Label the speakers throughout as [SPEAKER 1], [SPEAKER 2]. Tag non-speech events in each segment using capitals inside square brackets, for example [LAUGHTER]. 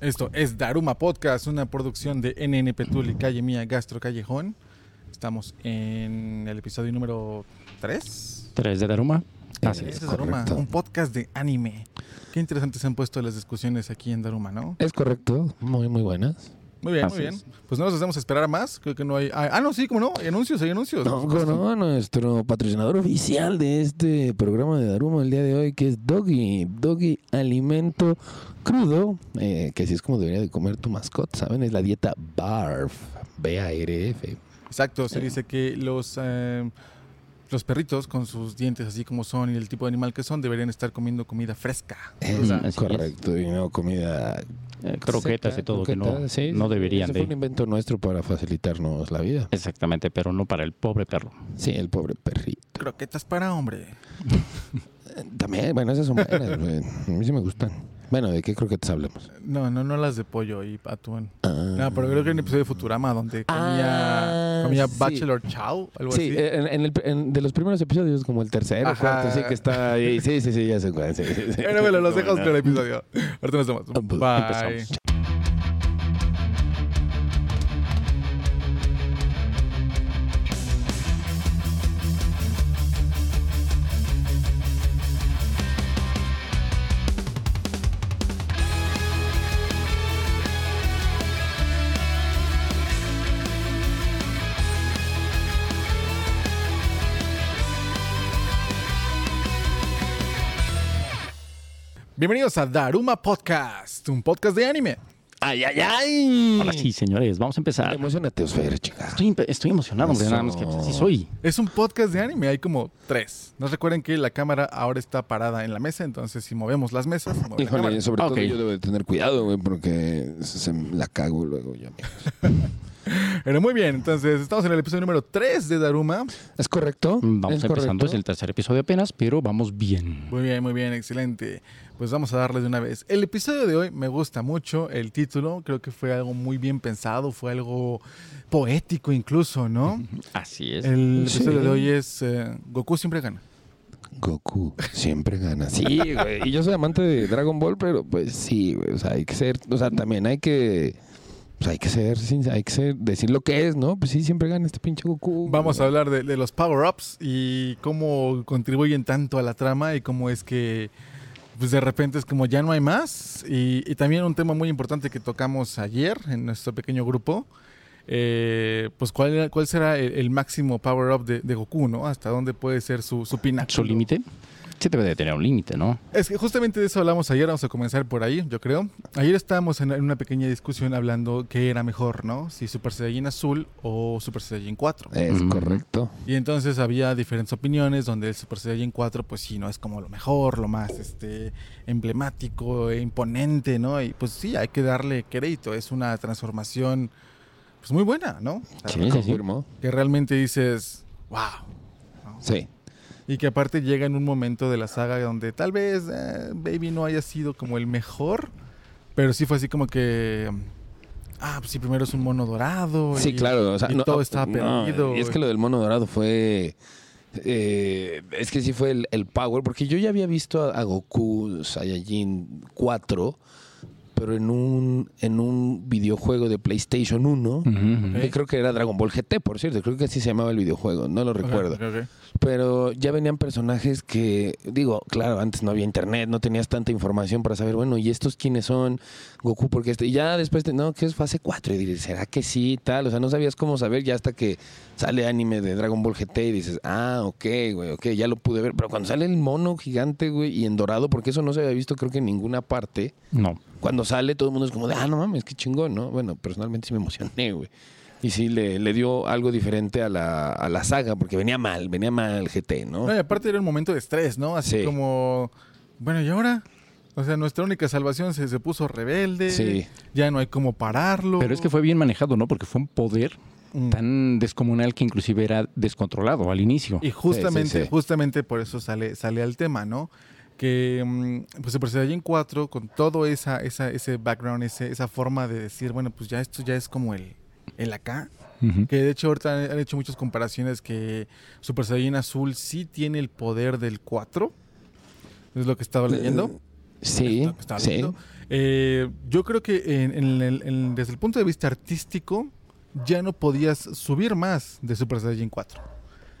[SPEAKER 1] Esto es Daruma Podcast, una producción de NN Petul y Calle Mía Gastro Callejón. Estamos en el episodio número 3.
[SPEAKER 2] 3 de Daruma.
[SPEAKER 3] Eh,
[SPEAKER 1] Así es, Daruma, un podcast de anime. Qué interesantes se han puesto las discusiones aquí en Daruma, ¿no?
[SPEAKER 3] Es correcto, muy, muy buenas.
[SPEAKER 1] Muy bien,
[SPEAKER 2] Así
[SPEAKER 1] muy bien.
[SPEAKER 2] es.
[SPEAKER 1] Pues no nos hacemos esperar más. Creo que no hay. Ah, ah, no, sí, como no. Hay anuncios, hay anuncios.
[SPEAKER 3] No, no, nuestro patrocinador oficial de este programa de Daruma el día de hoy, que es Doggy. Doggy Alimento Crudo, eh, que así es como debería de comer tu mascota, ¿saben? Es la dieta BARF, B-A-R-F.
[SPEAKER 1] Exacto, se dice que los, eh, los perritos con sus dientes así como son y el tipo de animal que son deberían estar comiendo comida fresca.
[SPEAKER 3] eh, Es
[SPEAKER 2] Cruda. Así es.
[SPEAKER 3] correcto, y no comida...
[SPEAKER 2] Eh, croquetas
[SPEAKER 3] seca,
[SPEAKER 2] y todo, que no,
[SPEAKER 3] croquetas, sí,
[SPEAKER 2] no
[SPEAKER 3] sí,
[SPEAKER 2] deberían
[SPEAKER 3] ese
[SPEAKER 2] de.
[SPEAKER 3] fue un invento nuestro para facilitarnos la vida.
[SPEAKER 2] Exactamente, pero no para el pobre perro.
[SPEAKER 3] Sí, el pobre perrito.
[SPEAKER 1] Croquetas para hombre.
[SPEAKER 3] También, bueno, esas son buenas, güey. A mí sí me gustan. Bueno, ¿de qué croquetas hablamos?
[SPEAKER 1] No, no, no las de pollo y atún.
[SPEAKER 3] Ah.
[SPEAKER 1] No, pero creo que en el episodio de Futurama donde comía,
[SPEAKER 3] Ah,
[SPEAKER 1] comía
[SPEAKER 3] sí.
[SPEAKER 1] Bachelor Chow, algo
[SPEAKER 3] Sí, eh,
[SPEAKER 1] así.
[SPEAKER 3] en, en el, en- de los primeros episodios, como el tercero,
[SPEAKER 1] Ajá.
[SPEAKER 3] cuarto, sí que está ahí. Sí, sí, sí, ya sé cuál. Sí, sí, sí.
[SPEAKER 1] Pero bueno, los dejamos con el episodio. Ahorita nos
[SPEAKER 3] Ah, pues,
[SPEAKER 1] vemos. Bye.
[SPEAKER 2] Empezamos.
[SPEAKER 1] Bienvenidos a Daruma Podcast, un podcast de anime.
[SPEAKER 3] ¡Ay, ay, ay!
[SPEAKER 2] Ahora sí, señores, vamos a empezar.
[SPEAKER 3] Emocionate, Osfer, chica.
[SPEAKER 2] Estoy, empe- estoy emocionado, hombre, nada más que
[SPEAKER 3] Eso.
[SPEAKER 2] sí soy.
[SPEAKER 1] Es un podcast de anime, hay como tres. No recuerden que la cámara ahora está parada en la mesa, entonces si movemos las mesas, se mueve la cámara.
[SPEAKER 3] Híjole, sobre
[SPEAKER 2] Ah, ok.
[SPEAKER 3] todo yo debo de tener cuidado, güey, porque se- se me la cago luego yo. amigos.
[SPEAKER 1] Pero muy bien, entonces estamos en el episodio número 3 de Daruma.
[SPEAKER 3] ¿Es correcto?
[SPEAKER 2] Mm, Vamos
[SPEAKER 3] ¿Es
[SPEAKER 2] empezando, es
[SPEAKER 3] correcto?
[SPEAKER 2] el tercer episodio apenas, pero vamos bien.
[SPEAKER 1] Muy bien, muy bien, excelente. Pues vamos a darle de una vez. El episodio de hoy me gusta mucho el título, creo que fue algo muy bien pensado, fue algo poético incluso, ¿no?
[SPEAKER 2] Así es.
[SPEAKER 1] El
[SPEAKER 3] Sí.
[SPEAKER 1] episodio de hoy es eh, Goku siempre gana.
[SPEAKER 3] Goku siempre gana. Sí, güey. Y yo soy amante de Dragon Ball, pero pues sí, güey. O sea, hay que ser, o sea, también hay que, pues hay que ser, sin- hay que ser, decir lo que es, ¿no? Pues sí, siempre gana este pinche Goku. güey.
[SPEAKER 1] Vamos a hablar de, de los power-ups y cómo contribuyen tanto a la trama y cómo es que pues de repente es como ya no hay más. Y, y también un tema muy importante que tocamos ayer en nuestro pequeño grupo, eh, pues cuál, era- cuál será el, el máximo power-up de, de Goku, ¿no? Hasta dónde puede ser su, su pináculo.
[SPEAKER 2] ¿Su límite? Sí debe de tener un límite, ¿no?
[SPEAKER 1] Es que justamente de eso hablamos ayer, vamos a comenzar por ahí, yo creo. Ayer estábamos en en una pequeña discusión hablando qué era mejor, ¿no? Si Super Saiyajin Azul o Super Saiyajin 4.
[SPEAKER 3] Es
[SPEAKER 2] Mm.
[SPEAKER 3] correcto.
[SPEAKER 1] Y entonces había diferentes opiniones donde el Super Saiyajin 4, pues sí, no es como lo mejor, lo más este emblemático e imponente, ¿no? Y pues sí, hay que darle crédito, es una transformación pues muy buena, ¿no? O sea,
[SPEAKER 2] Sí, sí, sí.
[SPEAKER 3] Confirmo.
[SPEAKER 1] Que realmente dices, wow.
[SPEAKER 3] Sí.
[SPEAKER 1] Y que aparte llega en un momento de la saga donde tal vez eh, Baby no haya sido como el mejor, pero sí fue así como que... Ah, pues sí, primero es un mono dorado.
[SPEAKER 3] Sí,
[SPEAKER 1] y-
[SPEAKER 3] claro. O sea,
[SPEAKER 1] y
[SPEAKER 3] no,
[SPEAKER 1] todo estaba
[SPEAKER 3] no,
[SPEAKER 1] perdido.
[SPEAKER 3] y es que lo del mono dorado fue. eh, es que sí fue el, el power, porque yo ya había visto a, a Goku Saiyajin 4, pero en un, en un videojuego de PlayStation 1.
[SPEAKER 2] Ujú, ujú.
[SPEAKER 1] Ok.
[SPEAKER 3] que creo que era Dragon Ball GT, por cierto. Creo que así se llamaba el videojuego. No lo
[SPEAKER 1] Ok,
[SPEAKER 3] recuerdo.
[SPEAKER 1] ok, ok.
[SPEAKER 3] Pero ya venían personajes que, digo, claro, antes no había internet, no tenías tanta información para saber, bueno, ¿y estos quiénes son? Goku, porque este. Y ya después, te- no, que es fase 4. Y dices, ¿será que sí? Tal. O sea, no sabías cómo saber ya hasta que sale anime de Dragon Ball GT y dices, ah, ok, güey, ok, ya lo pude ver. Pero cuando sale el mono gigante, güey, y en dorado, porque eso no se había visto, creo que en ninguna parte.
[SPEAKER 2] No.
[SPEAKER 3] Cuando sale, todo el mundo es como de, ah, no mames, qué chingón, ¿no? Bueno, personalmente sí me emocioné, güey. Y sí, le, le dio algo diferente a la, a la saga, porque venía mal, venía mal GT, ¿no?
[SPEAKER 1] No, y aparte era un momento de estrés, ¿no? Así
[SPEAKER 3] Sí.
[SPEAKER 1] como, bueno, ¿y ahora? O sea, nuestra única salvación se, se puso rebelde.
[SPEAKER 3] Sí.
[SPEAKER 1] Ya no hay cómo pararlo.
[SPEAKER 2] Pero es que fue bien manejado, ¿no? Porque fue un poder
[SPEAKER 1] Mm.
[SPEAKER 2] tan descomunal que inclusive era descontrolado al inicio.
[SPEAKER 1] Y justamente,
[SPEAKER 3] sí.
[SPEAKER 1] justamente por eso sale, sale al tema, ¿no? Que mm, pues Super Saiyajin 4, con todo esa, esa, ese background, ese- esa forma de decir, bueno, pues ya esto ya es como el, el acá.
[SPEAKER 2] Ujú.
[SPEAKER 1] Que de hecho ahorita han, han hecho muchas comparaciones que Super Saiyajin Azul sí tiene el poder del 4. Es lo que estaba leyendo.
[SPEAKER 3] Sí,
[SPEAKER 1] Está- está
[SPEAKER 3] sí.
[SPEAKER 1] lindo. Eh, yo creo que en- en el- en- desde el punto de vista artístico ya no podías subir más de Super Saiyajin 4.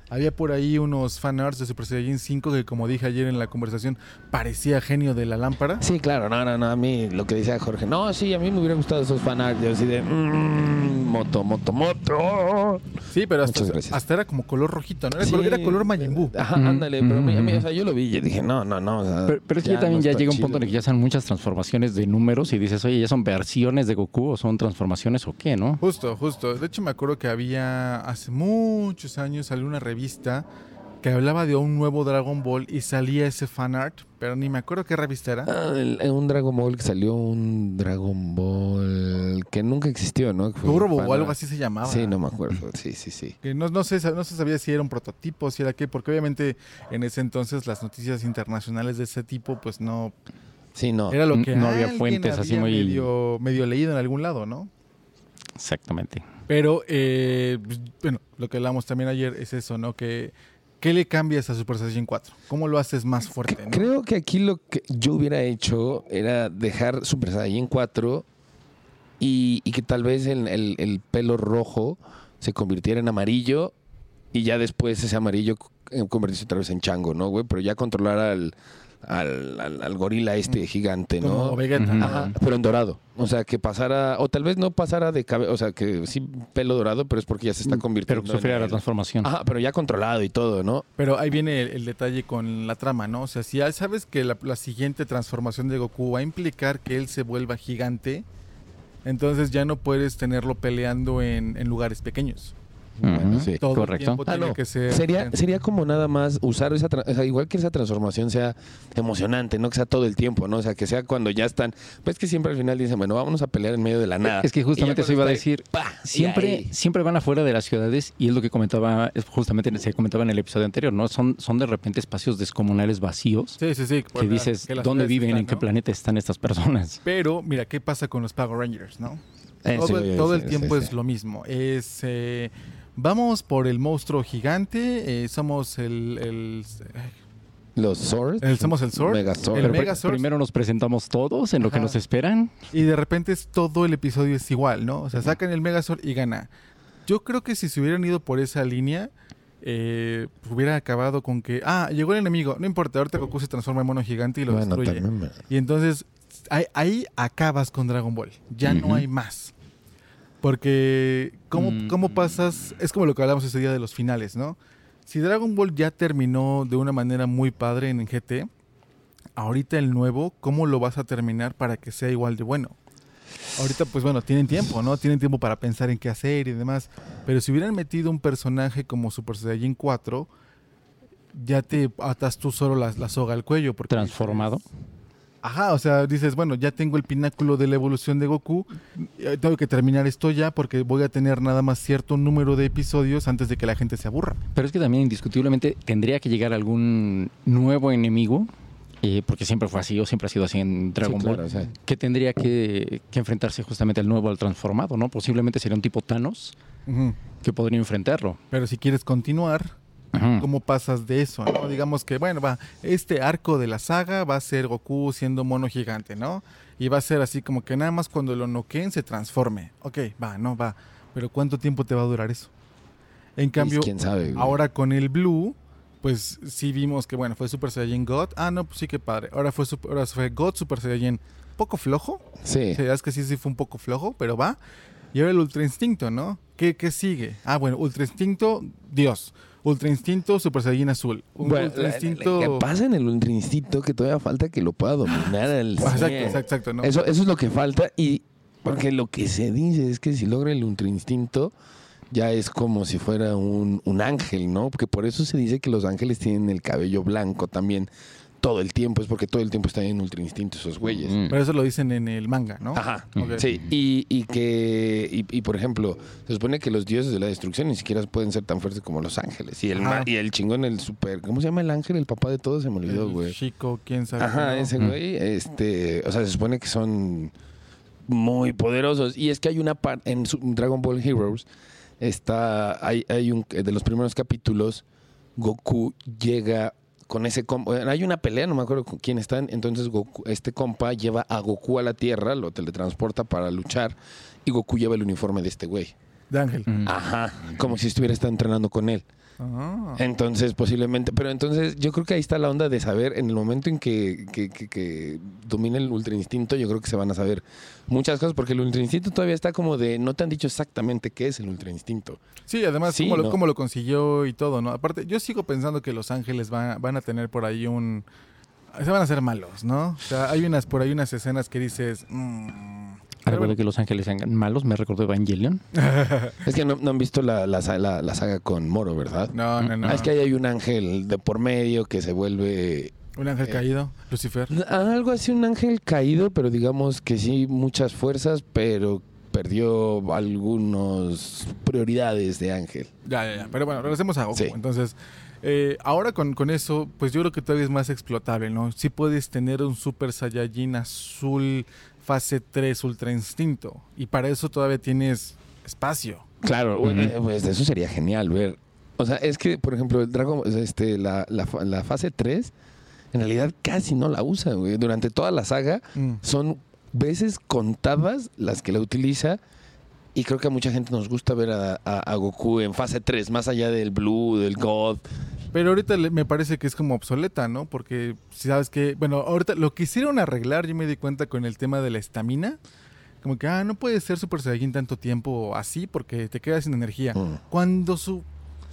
[SPEAKER 1] Había por ahí unos fanarts de Super Saiyajin 5 que como dije ayer en la conversación parecía genio de la lámpara.
[SPEAKER 3] Sí, claro, no, no, no, a mí lo que decía Jorge, no, sí, a mí me hubiera gustado esos fanart, yo así de, mm, moto, moto, moto.
[SPEAKER 1] Sí, pero hasta,
[SPEAKER 3] Muchas gracias.
[SPEAKER 1] hasta era como color rojito, ¿no? Era,
[SPEAKER 3] Sí.
[SPEAKER 1] color, era color Majin Buu.
[SPEAKER 3] Ajá,
[SPEAKER 2] Ujú,
[SPEAKER 3] ándale, pero a mí, a mí, o
[SPEAKER 2] ujú.
[SPEAKER 3] sea, yo lo vi y dije, no, no, no. o sea,
[SPEAKER 2] Pero, pero es que ya también
[SPEAKER 3] no
[SPEAKER 2] ya
[SPEAKER 3] está
[SPEAKER 2] llega un
[SPEAKER 3] chido.
[SPEAKER 2] punto en el que ya son muchas transformaciones de números y dices, oye, ya son versiones de Goku o son transformaciones o qué, ¿no?
[SPEAKER 1] Justo, justo. De hecho, me acuerdo que había hace muchos años salió una revista que hablaba de un nuevo Dragon Ball y salía ese fanart, pero ni me acuerdo qué revista era.
[SPEAKER 3] Ah, el- un Dragon Ball que salió un Dragon Ball que nunca existió, ¿no?
[SPEAKER 2] Pues,
[SPEAKER 3] Que fue un
[SPEAKER 1] Turbo o
[SPEAKER 3] fanart.
[SPEAKER 1] algo así se llamaba.
[SPEAKER 3] Sí, no me acuerdo. Sí, sí, sí.
[SPEAKER 1] Que no, no, se, sa- no se sabía si era un prototipo, si era qué, porque obviamente en ese entonces las noticias internacionales de ese tipo, pues no.
[SPEAKER 3] Sí, no.
[SPEAKER 1] Era lo que.
[SPEAKER 2] No había
[SPEAKER 1] alguien
[SPEAKER 2] fuentes así
[SPEAKER 1] había
[SPEAKER 2] muy-
[SPEAKER 1] Medio, medio leído en algún lado, ¿no?
[SPEAKER 2] Exactamente.
[SPEAKER 1] Pero, eh, pues, bueno, lo que hablamos también ayer es eso, ¿no? Que, ¿Qué le cambias a Super Saiyan 4? ¿Cómo lo haces más fuerte? ¿no?
[SPEAKER 3] Creo que aquí lo que yo hubiera hecho era dejar Super Saiyan 4 y, y que tal vez el, el- el pelo rojo se convirtiera en amarillo y ya después ese amarillo eh, convertirse otra vez en chango, ¿no, güey? Pero ya controlar al, al, al- al gorila este gigante, ¿no?
[SPEAKER 1] Como Vegeta.
[SPEAKER 2] Ujú.
[SPEAKER 3] Ajá, pero en dorado. O sea, que pasara, o tal vez no pasara de cabeza, o sea, que sí pelo dorado, pero es porque ya se está convirtiendo
[SPEAKER 2] Mm, Pero que sufriera
[SPEAKER 3] en
[SPEAKER 2] la
[SPEAKER 3] el-
[SPEAKER 2] transformación.
[SPEAKER 3] Ajá, pero ya controlado y todo, ¿no?
[SPEAKER 1] Pero ahí viene el, el detalle con la trama, ¿no? O sea, si ya sabes que la, la siguiente transformación de Goku va a implicar que él se vuelva gigante, entonces ya no puedes tenerlo peleando en, en lugares pequeños.
[SPEAKER 3] Bueno,
[SPEAKER 2] Ujú.
[SPEAKER 3] sí.
[SPEAKER 1] Todo el
[SPEAKER 2] Correcto.
[SPEAKER 1] tiempo
[SPEAKER 3] Ah,
[SPEAKER 1] tiene
[SPEAKER 3] no.
[SPEAKER 1] que ser
[SPEAKER 3] Sería,
[SPEAKER 1] gigante.
[SPEAKER 3] sería como nada más usar esa, tra- o sea, igual que esa transformación sea emocionante, no que sea todo el tiempo, ¿no? O sea, que sea cuando ya están, ves que siempre al final dicen, bueno, vámonos a pelear en medio de la nada.
[SPEAKER 2] Es que justamente
[SPEAKER 3] Y ya
[SPEAKER 2] eso iba a
[SPEAKER 3] cuando
[SPEAKER 2] decir.
[SPEAKER 3] está ahí, ¡pa! Y
[SPEAKER 2] Siempre,
[SPEAKER 3] ahí.
[SPEAKER 2] siempre van afuera de las ciudades y es lo que comentaba, es justamente se comentaba en el episodio anterior, ¿no? Son, son de repente espacios descomunales vacíos
[SPEAKER 1] Sí, sí, sí.
[SPEAKER 2] que
[SPEAKER 1] por la-
[SPEAKER 2] dices,
[SPEAKER 1] que las
[SPEAKER 2] ¿dónde
[SPEAKER 1] ciudades
[SPEAKER 2] viven?
[SPEAKER 1] están,
[SPEAKER 2] ¿En qué
[SPEAKER 1] ¿no?
[SPEAKER 2] planeta están estas personas?
[SPEAKER 1] Pero mira, ¿qué pasa con los Power Rangers, no? pues,
[SPEAKER 3] Eh, sí,
[SPEAKER 1] todo el,
[SPEAKER 3] sí,
[SPEAKER 1] todo
[SPEAKER 3] sí,
[SPEAKER 1] el tiempo
[SPEAKER 3] sí,
[SPEAKER 1] es
[SPEAKER 3] sí.
[SPEAKER 1] lo mismo. Es. eh, vamos por el monstruo gigante. eh, somos el. el-
[SPEAKER 3] Los swords.
[SPEAKER 1] El- somos el sword,
[SPEAKER 3] Megazord.
[SPEAKER 1] el
[SPEAKER 2] Pero pr-
[SPEAKER 1] Megazord.
[SPEAKER 2] primero nos presentamos todos en lo que
[SPEAKER 1] Ajá.
[SPEAKER 2] nos esperan.
[SPEAKER 1] y de repente es todo el episodio es igual, ¿no? O sea, sacan el Megazord y gana. Yo creo que si se hubieran ido por esa línea. eh, hubiera acabado con que. Ah, llegó el enemigo. No importa, ahorita Goku se transforma en mono gigante y lo
[SPEAKER 3] Bueno,
[SPEAKER 1] destruye.
[SPEAKER 3] también me-
[SPEAKER 1] Y entonces ahí, ahí acabas con Dragon Ball. Ya no
[SPEAKER 2] Ujú.
[SPEAKER 1] hay más. Porque ¿cómo,
[SPEAKER 2] Mm.
[SPEAKER 1] cómo pasas? Es como lo que hablamos ese día de los finales, ¿no? Si Dragon Ball ya terminó de una manera muy padre en GT, ahorita el nuevo, ¿cómo lo vas a terminar para que sea igual de bueno? Ahorita, pues bueno, tienen tiempo, ¿no? Tienen tiempo para pensar en qué hacer y demás. Pero si hubieran metido un personaje como Super Saiyajin 4, ya te atas tú solo la, la soga al cuello. Porque
[SPEAKER 2] Transformado.
[SPEAKER 1] Ajá, o sea, dices, bueno, ya tengo el pináculo de la evolución de Goku, eh, tengo que terminar esto ya porque voy a tener nada más cierto número de episodios antes de que la gente se aburra.
[SPEAKER 2] Pero es que también indiscutiblemente tendría que llegar algún nuevo enemigo, eh, porque siempre fue así, o siempre ha sido así en
[SPEAKER 3] Sí,
[SPEAKER 2] Dragon Ball,
[SPEAKER 3] claro, sí.
[SPEAKER 2] que tendría que, que enfrentarse justamente al nuevo, al transformado, ¿no? Posiblemente sería un tipo Thanos que podría enfrentarlo.
[SPEAKER 1] Pero si quieres continuar,
[SPEAKER 2] Ajá.
[SPEAKER 1] ¿cómo pasas de eso? no? Digamos que, bueno, va, este arco de la saga va a ser Goku siendo mono gigante, ¿no? Y va a ser así como que nada más cuando lo noqueen se transforme. Ok, va, no, va. Pero ¿cuánto tiempo te va a durar eso? En cambio,
[SPEAKER 3] Pues, ¿Quién sabe? güey?
[SPEAKER 1] Ahora con el Blue, pues sí vimos que, bueno, fue Super Saiyajin God. Ah, no, pues sí que padre. Ahora fue, Sup- ahora fue God Super Saiyajin. Poco flojo.
[SPEAKER 3] Sí.
[SPEAKER 1] Se es que sí, sí fue un poco flojo, pero va. Y ahora el Ultra Instinto, ¿no? ¿Qué, qué sigue? Ah, bueno, Ultra Instinto, Dios. Ultra Instinto, Super Saiyajin Azul. Un
[SPEAKER 3] Bueno,
[SPEAKER 1] Ultra
[SPEAKER 3] la- la-
[SPEAKER 1] Instinto...
[SPEAKER 3] la- que pasa en el ultra instinto que todavía falta que lo pueda dominar al
[SPEAKER 1] Ah, exacto,
[SPEAKER 3] 100.
[SPEAKER 1] exacto, exacto, ¿no?
[SPEAKER 3] Eso, eso es lo que falta y porque lo que se dice es que si logra el ultra instinto ya es como si fuera un, un ángel, ¿no? Porque por eso se dice que los ángeles tienen el cabello blanco también todo el tiempo, es porque todo el tiempo están en ultra instinto esos güeyes.
[SPEAKER 2] Mm.
[SPEAKER 1] Pero eso lo dicen en el manga, ¿no?
[SPEAKER 3] Ajá.
[SPEAKER 1] Ok.
[SPEAKER 3] Sí, y, y que, y, y, por ejemplo, se supone que los dioses de la destrucción ni siquiera pueden ser tan fuertes como los ángeles. Y el,
[SPEAKER 1] Ajá.
[SPEAKER 3] ma- y el chingón, el super, ¿cómo se llama el ángel? El papá de todos se me olvidó,
[SPEAKER 1] El
[SPEAKER 3] güey.
[SPEAKER 1] chico, quién sabe.
[SPEAKER 3] Ajá,
[SPEAKER 1] ¿no?
[SPEAKER 3] ese güey, este, o sea, se supone que son muy poderosos. Y es que hay una parte, en su- Dragon Ball Heroes, está, hay, hay un, de los primeros capítulos, Goku llega
[SPEAKER 4] con ese compa. Hay una pelea, no me acuerdo con quién están. Entonces Goku- este compa lleva a Goku a la Tierra, lo teletransporta para luchar y Goku lleva el uniforme de este güey.
[SPEAKER 1] De Ángel.
[SPEAKER 2] Mm.
[SPEAKER 4] Ajá. Como si estuviera estando entrenando con él.
[SPEAKER 1] Ah.
[SPEAKER 4] Entonces, posiblemente, pero entonces yo creo que ahí está la onda de saber, en el momento en que, que, que- que domine el ultra instinto, yo creo que se van a saber muchas cosas, porque el ultra instinto todavía está como de, no te han dicho exactamente qué es el ultra instinto.
[SPEAKER 1] Sí, además,
[SPEAKER 4] Sí,
[SPEAKER 1] cómo, lo,
[SPEAKER 4] no.
[SPEAKER 1] cómo lo consiguió y todo, ¿no? Aparte, yo sigo pensando que Los Ángeles van, a- van a tener por ahí un... Se van a hacer malos, ¿no? O sea, hay unas por ahí unas escenas que dices... mm, pero
[SPEAKER 2] Algo
[SPEAKER 1] bueno,
[SPEAKER 2] de que Los Ángeles sean malos, me recordó Evangelion.
[SPEAKER 4] Es que no, no han visto la, la, sa- la- la saga con Moro, ¿verdad?
[SPEAKER 1] no, no, no.
[SPEAKER 4] Ah, es que ahí hay un ángel de por medio que se vuelve
[SPEAKER 1] Un ángel
[SPEAKER 4] Eh.
[SPEAKER 1] caído, Lucifer.
[SPEAKER 4] algo así, un ángel caído, pero digamos que sí, muchas fuerzas, pero perdió algunas prioridades de ángel.
[SPEAKER 1] Ya, ya, ya. Pero bueno, regresemos a Goku.
[SPEAKER 4] Sí.
[SPEAKER 1] Entonces, eh, ahora con, con eso, pues yo creo que todavía es más explotable, ¿no? Sí puedes tener un Super Saiyajin azul fase 3 Ultra Instinto. Y para eso todavía tienes espacio.
[SPEAKER 4] Claro, bueno, eh, pues eso sería genial ver. O sea, es que, por ejemplo, el Dragon, o sea, este, la, la fa- la fase 3, en realidad casi no la usan, güey. Durante toda la saga
[SPEAKER 1] Mm.
[SPEAKER 4] son veces contadas las que la utiliza. Y creo que a mucha gente nos gusta ver a, a- a Goku en fase 3, más allá del Blue, del God.
[SPEAKER 1] Pero ahorita le- me parece que es como obsoleta, ¿no? Porque si sabes que, bueno, ahorita lo quisieron arreglar, yo me di cuenta con el tema de la estamina. Como que, ah, no puede ser Super Saiyajin tanto tiempo así porque te quedas sin energía.
[SPEAKER 4] Mm.
[SPEAKER 1] Cuando su...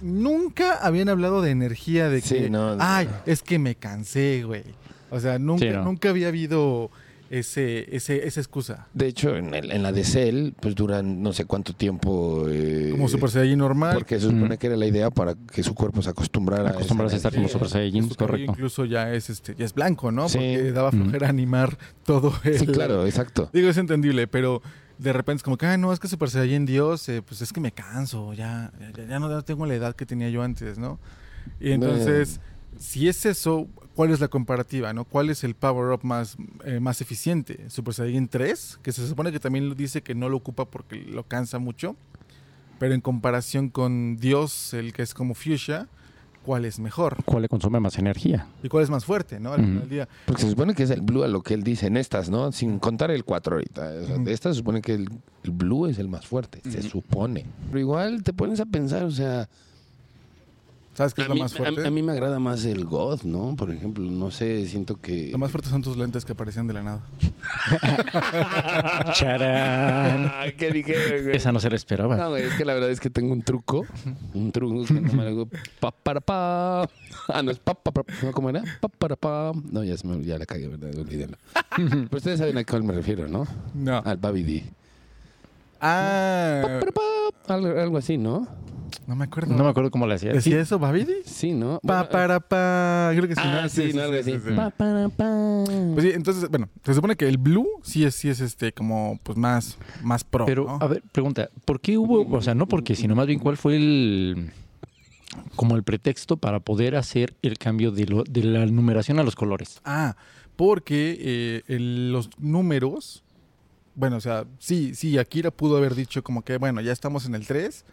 [SPEAKER 1] Nunca habían hablado de energía, de
[SPEAKER 4] Sí,
[SPEAKER 1] que,
[SPEAKER 4] no, no.
[SPEAKER 1] ay, es que me cansé, güey. O sea, nunca,
[SPEAKER 2] no.
[SPEAKER 1] nunca había habido ese, ese, esa excusa.
[SPEAKER 4] De hecho, en, el- en la de Cell, pues duran no sé cuánto tiempo. eh,
[SPEAKER 1] Como Super Saiyajin normal.
[SPEAKER 4] Porque se supone que era la idea para que su cuerpo se acostumbrara
[SPEAKER 2] Mm. Acostumbrarse a
[SPEAKER 4] esa-
[SPEAKER 2] estar como Super Saiyajin,
[SPEAKER 1] su cabello
[SPEAKER 2] correcto.
[SPEAKER 1] Incluso ya es, este, ya es blanco, ¿no?
[SPEAKER 4] Sí.
[SPEAKER 1] Porque daba
[SPEAKER 2] Mm.
[SPEAKER 1] flojera animar todo el,
[SPEAKER 4] Sí, claro, exacto.
[SPEAKER 1] Digo, es entendible, pero de repente es como que, ah, no, es que Super Saiyajin Dios, eh, pues es que me canso, ya, ya, ya no, ya no tengo la edad que tenía yo antes, ¿no? Y entonces, si es eso, ¿cuál es la comparativa, no? ¿Cuál es el power-up más, eh, más eficiente? ¿Super Saiyajin 3? Que se supone que también lo dice que no lo ocupa porque lo cansa mucho, pero en comparación con Dios, el que es como Fuchsia, ¿cuál es mejor?
[SPEAKER 2] ¿Cuál le consume más energía?
[SPEAKER 1] ¿Y cuál es más fuerte, no? Al final
[SPEAKER 2] Ujú.
[SPEAKER 1] del día.
[SPEAKER 4] Porque se supone que es el blue a lo que él dice en estas, ¿no? Sin contar el 4 ahorita. O sea,
[SPEAKER 1] Ujú.
[SPEAKER 4] de estas se supone que el, el blue es el más fuerte, se supone. Pero igual te pones a pensar, o sea,
[SPEAKER 1] ¿Sabes qué es
[SPEAKER 3] A
[SPEAKER 1] lo
[SPEAKER 3] mí,
[SPEAKER 1] más
[SPEAKER 3] a-
[SPEAKER 1] fuerte?
[SPEAKER 3] a mí me agrada más el God, ¿no? Por ejemplo, no sé, siento que...
[SPEAKER 1] Lo más fuerte son tus lentes que aparecían de la nada.
[SPEAKER 3] [LAUGHS]
[SPEAKER 2] Charán.
[SPEAKER 3] ¿Qué dije, güey?
[SPEAKER 2] Esa no se la esperaba.
[SPEAKER 3] No, güey, es que la verdad es que tengo un truco. Un truco que no me hago. Pa, para, pa. Ah, no, es pa, pa, pa. ¿no? ¿Cómo era? Pa, para, pa. No, ya, se me, ya la cagué, ¿verdad? Olvídenlo.
[SPEAKER 1] [LAUGHS]
[SPEAKER 3] Pero ustedes saben a cuál me refiero, ¿no?
[SPEAKER 1] No.
[SPEAKER 3] Al Babidi.
[SPEAKER 1] Ah,
[SPEAKER 3] Para, pa. Algo, algo así, ¿no?
[SPEAKER 1] no me acuerdo.
[SPEAKER 2] No me acuerdo cómo la hacía.
[SPEAKER 1] ¿Decía eso, Babidi?
[SPEAKER 3] Sí, ¿no?
[SPEAKER 1] Pa,
[SPEAKER 3] Bueno,
[SPEAKER 1] para, pa. Creo que sí.
[SPEAKER 3] Ah, sí, no, algo así.
[SPEAKER 1] sí, sí.
[SPEAKER 2] Mm.
[SPEAKER 3] Pa, para, pa.
[SPEAKER 1] Pues sí, entonces, bueno, se supone que el blue sí es, sí es este, como, pues más, más pro.
[SPEAKER 2] Pero,
[SPEAKER 3] ah.
[SPEAKER 1] ¿no?
[SPEAKER 2] a ver, pregunta, ¿por qué hubo, o sea, no porque, sino más bien cuál fue el, como el pretexto para poder hacer el cambio de, lo- de la numeración a los colores?
[SPEAKER 1] Ah, porque eh, el- los números. Bueno, o sea, sí, sí, Akira pudo haber dicho como que, bueno, ya estamos en el 3,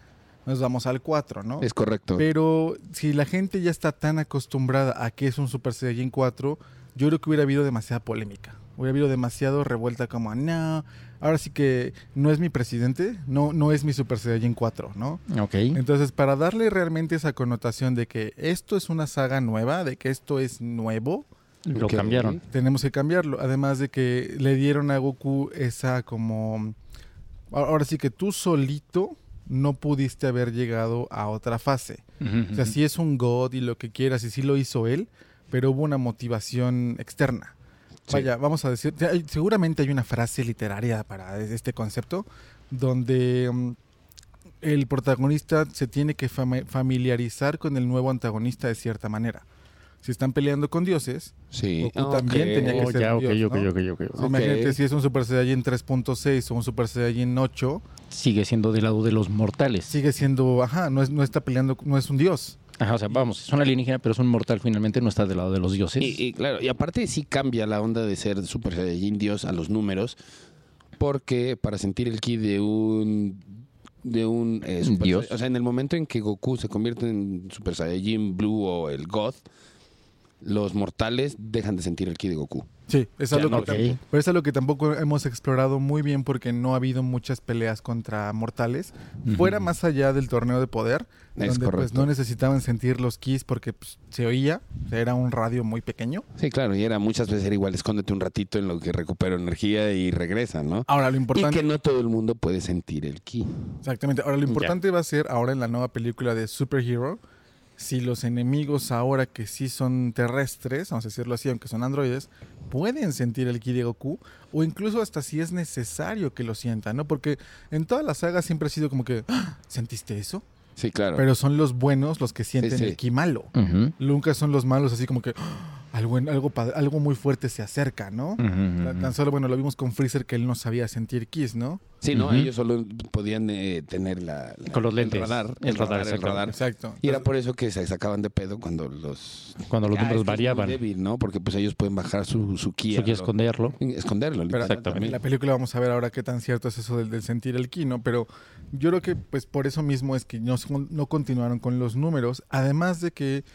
[SPEAKER 1] nos vamos al 4, ¿no?
[SPEAKER 3] eh, Es correcto.
[SPEAKER 1] Pero si la gente ya está tan acostumbrada a que es un Super Saiyajin 4, yo creo que hubiera habido demasiada polémica. Hubiera habido demasiado revuelta como, no, ahora sí que no es mi presidente, no, no es mi Super Saiyajin 4, ¿no?
[SPEAKER 2] Ok.
[SPEAKER 1] Entonces, para darle realmente esa connotación de que esto es una saga nueva, de que esto es nuevo,
[SPEAKER 2] Lo
[SPEAKER 3] Ok.
[SPEAKER 2] cambiaron.
[SPEAKER 1] tenemos que cambiarlo. Además de que le dieron a Goku esa como... a- Ahora sí que tú solito no pudiste haber llegado a otra fase. O sea, sí es un God y lo que quieras, y sí lo hizo él, pero hubo una motivación externa. Vaya, vamos a decir, ya hay- seguramente hay una frase literaria para es- este concepto, donde mm, el protagonista se tiene que fami- familiarizar con el nuevo antagonista de cierta manera. Si están peleando con dioses,
[SPEAKER 3] Sí.
[SPEAKER 1] Goku también tenía que
[SPEAKER 2] Oh,
[SPEAKER 1] ser
[SPEAKER 2] ya, ok,
[SPEAKER 1] Dios,
[SPEAKER 2] ok,
[SPEAKER 1] ¿no?
[SPEAKER 2] ok, ok, ok.
[SPEAKER 1] o sea,
[SPEAKER 3] Ok.
[SPEAKER 1] imagínate si es un Super Saiyajin 3.6 o un Super Saiyajin 8,
[SPEAKER 2] Sigue siendo del lado de los mortales.
[SPEAKER 1] sigue siendo, ajá, no, es, no está peleando, no es un dios.
[SPEAKER 2] Ajá, o sea, vamos, es una alienígena, pero es un mortal finalmente, no está del lado de los dioses.
[SPEAKER 3] Y, y claro, y aparte sí cambia la onda de ser Super Saiyajin Dios a los números, porque para sentir el ki de un de un eh, Super
[SPEAKER 2] Dios.
[SPEAKER 3] Sai- o sea, en el momento en que Goku se convierte en Super Saiyajin Blue o el God, los mortales dejan de sentir el ki de Goku.
[SPEAKER 1] Sí, es
[SPEAKER 2] Ya
[SPEAKER 1] algo,
[SPEAKER 2] no,
[SPEAKER 1] que,
[SPEAKER 2] ok.
[SPEAKER 1] tam- pero es algo que tampoco hemos explorado muy bien porque no ha habido muchas peleas contra mortales fuera más allá del torneo de poder,
[SPEAKER 3] Es
[SPEAKER 1] donde pues
[SPEAKER 3] correcto.
[SPEAKER 1] no necesitaban sentir los keys porque pues, se oía, o sea, era un radio muy pequeño.
[SPEAKER 3] Sí, claro, y era muchas veces era igual, escóndete un ratito en lo que recupero energía y regresa, ¿no?
[SPEAKER 1] Ahora lo
[SPEAKER 3] Y
[SPEAKER 1] importante,
[SPEAKER 3] que no todo el mundo puede sentir el ki.
[SPEAKER 1] exactamente, ahora lo importante va a ser ahora en la nueva película de Superhero si los enemigos ahora que sí son terrestres, vamos a decirlo así, aunki son androides, pueden sentir el ki de Goku o incluso hasta si es necesario que lo sientan, ¿no? Porque en toda la saga siempre ha sido como que "Ah, ¿sentiste eso?
[SPEAKER 3] Sí, claro.
[SPEAKER 1] Pero son los buenos los que sienten
[SPEAKER 3] sí.
[SPEAKER 1] el ki malo.
[SPEAKER 2] Ujú,
[SPEAKER 1] Nunca son los malos así como que "Ah, algo, en- algo, pa- algo muy fuerte se acerca, ¿no?
[SPEAKER 2] ujú,
[SPEAKER 3] Mm-hmm.
[SPEAKER 1] Tan- Tan solo, bueno, lo vimos con Freezer que él no sabía sentir kiss, ¿no?
[SPEAKER 3] sí, ¿no?
[SPEAKER 2] Ujú.
[SPEAKER 3] Ellos solo podían eh, tener la, la-
[SPEAKER 2] Con los lentes.
[SPEAKER 3] El radar.
[SPEAKER 2] El radar,
[SPEAKER 3] el
[SPEAKER 2] exacto.
[SPEAKER 3] radar.
[SPEAKER 1] Exacto.
[SPEAKER 3] Y era por eso que se sacaban de pedo cuando los...
[SPEAKER 2] ujú. Cuando los
[SPEAKER 3] Ah,
[SPEAKER 2] números
[SPEAKER 3] es que es muy
[SPEAKER 2] variaban.
[SPEAKER 3] débil, ¿no? Porque pues ellos pueden bajar su, su ki.
[SPEAKER 2] Eso
[SPEAKER 3] a
[SPEAKER 2] quiere
[SPEAKER 3] lo-
[SPEAKER 2] esconderlo.
[SPEAKER 3] Esconderlo,
[SPEAKER 1] Pero
[SPEAKER 3] literal,
[SPEAKER 1] en
[SPEAKER 2] Exactamente.
[SPEAKER 3] también.
[SPEAKER 1] la película vamos a ver ahora qué tan cierto es eso del, del sentir el ki, ¿no? Pero yo creo que pues por eso mismo es que no, son- no continuaron con los números. Además de que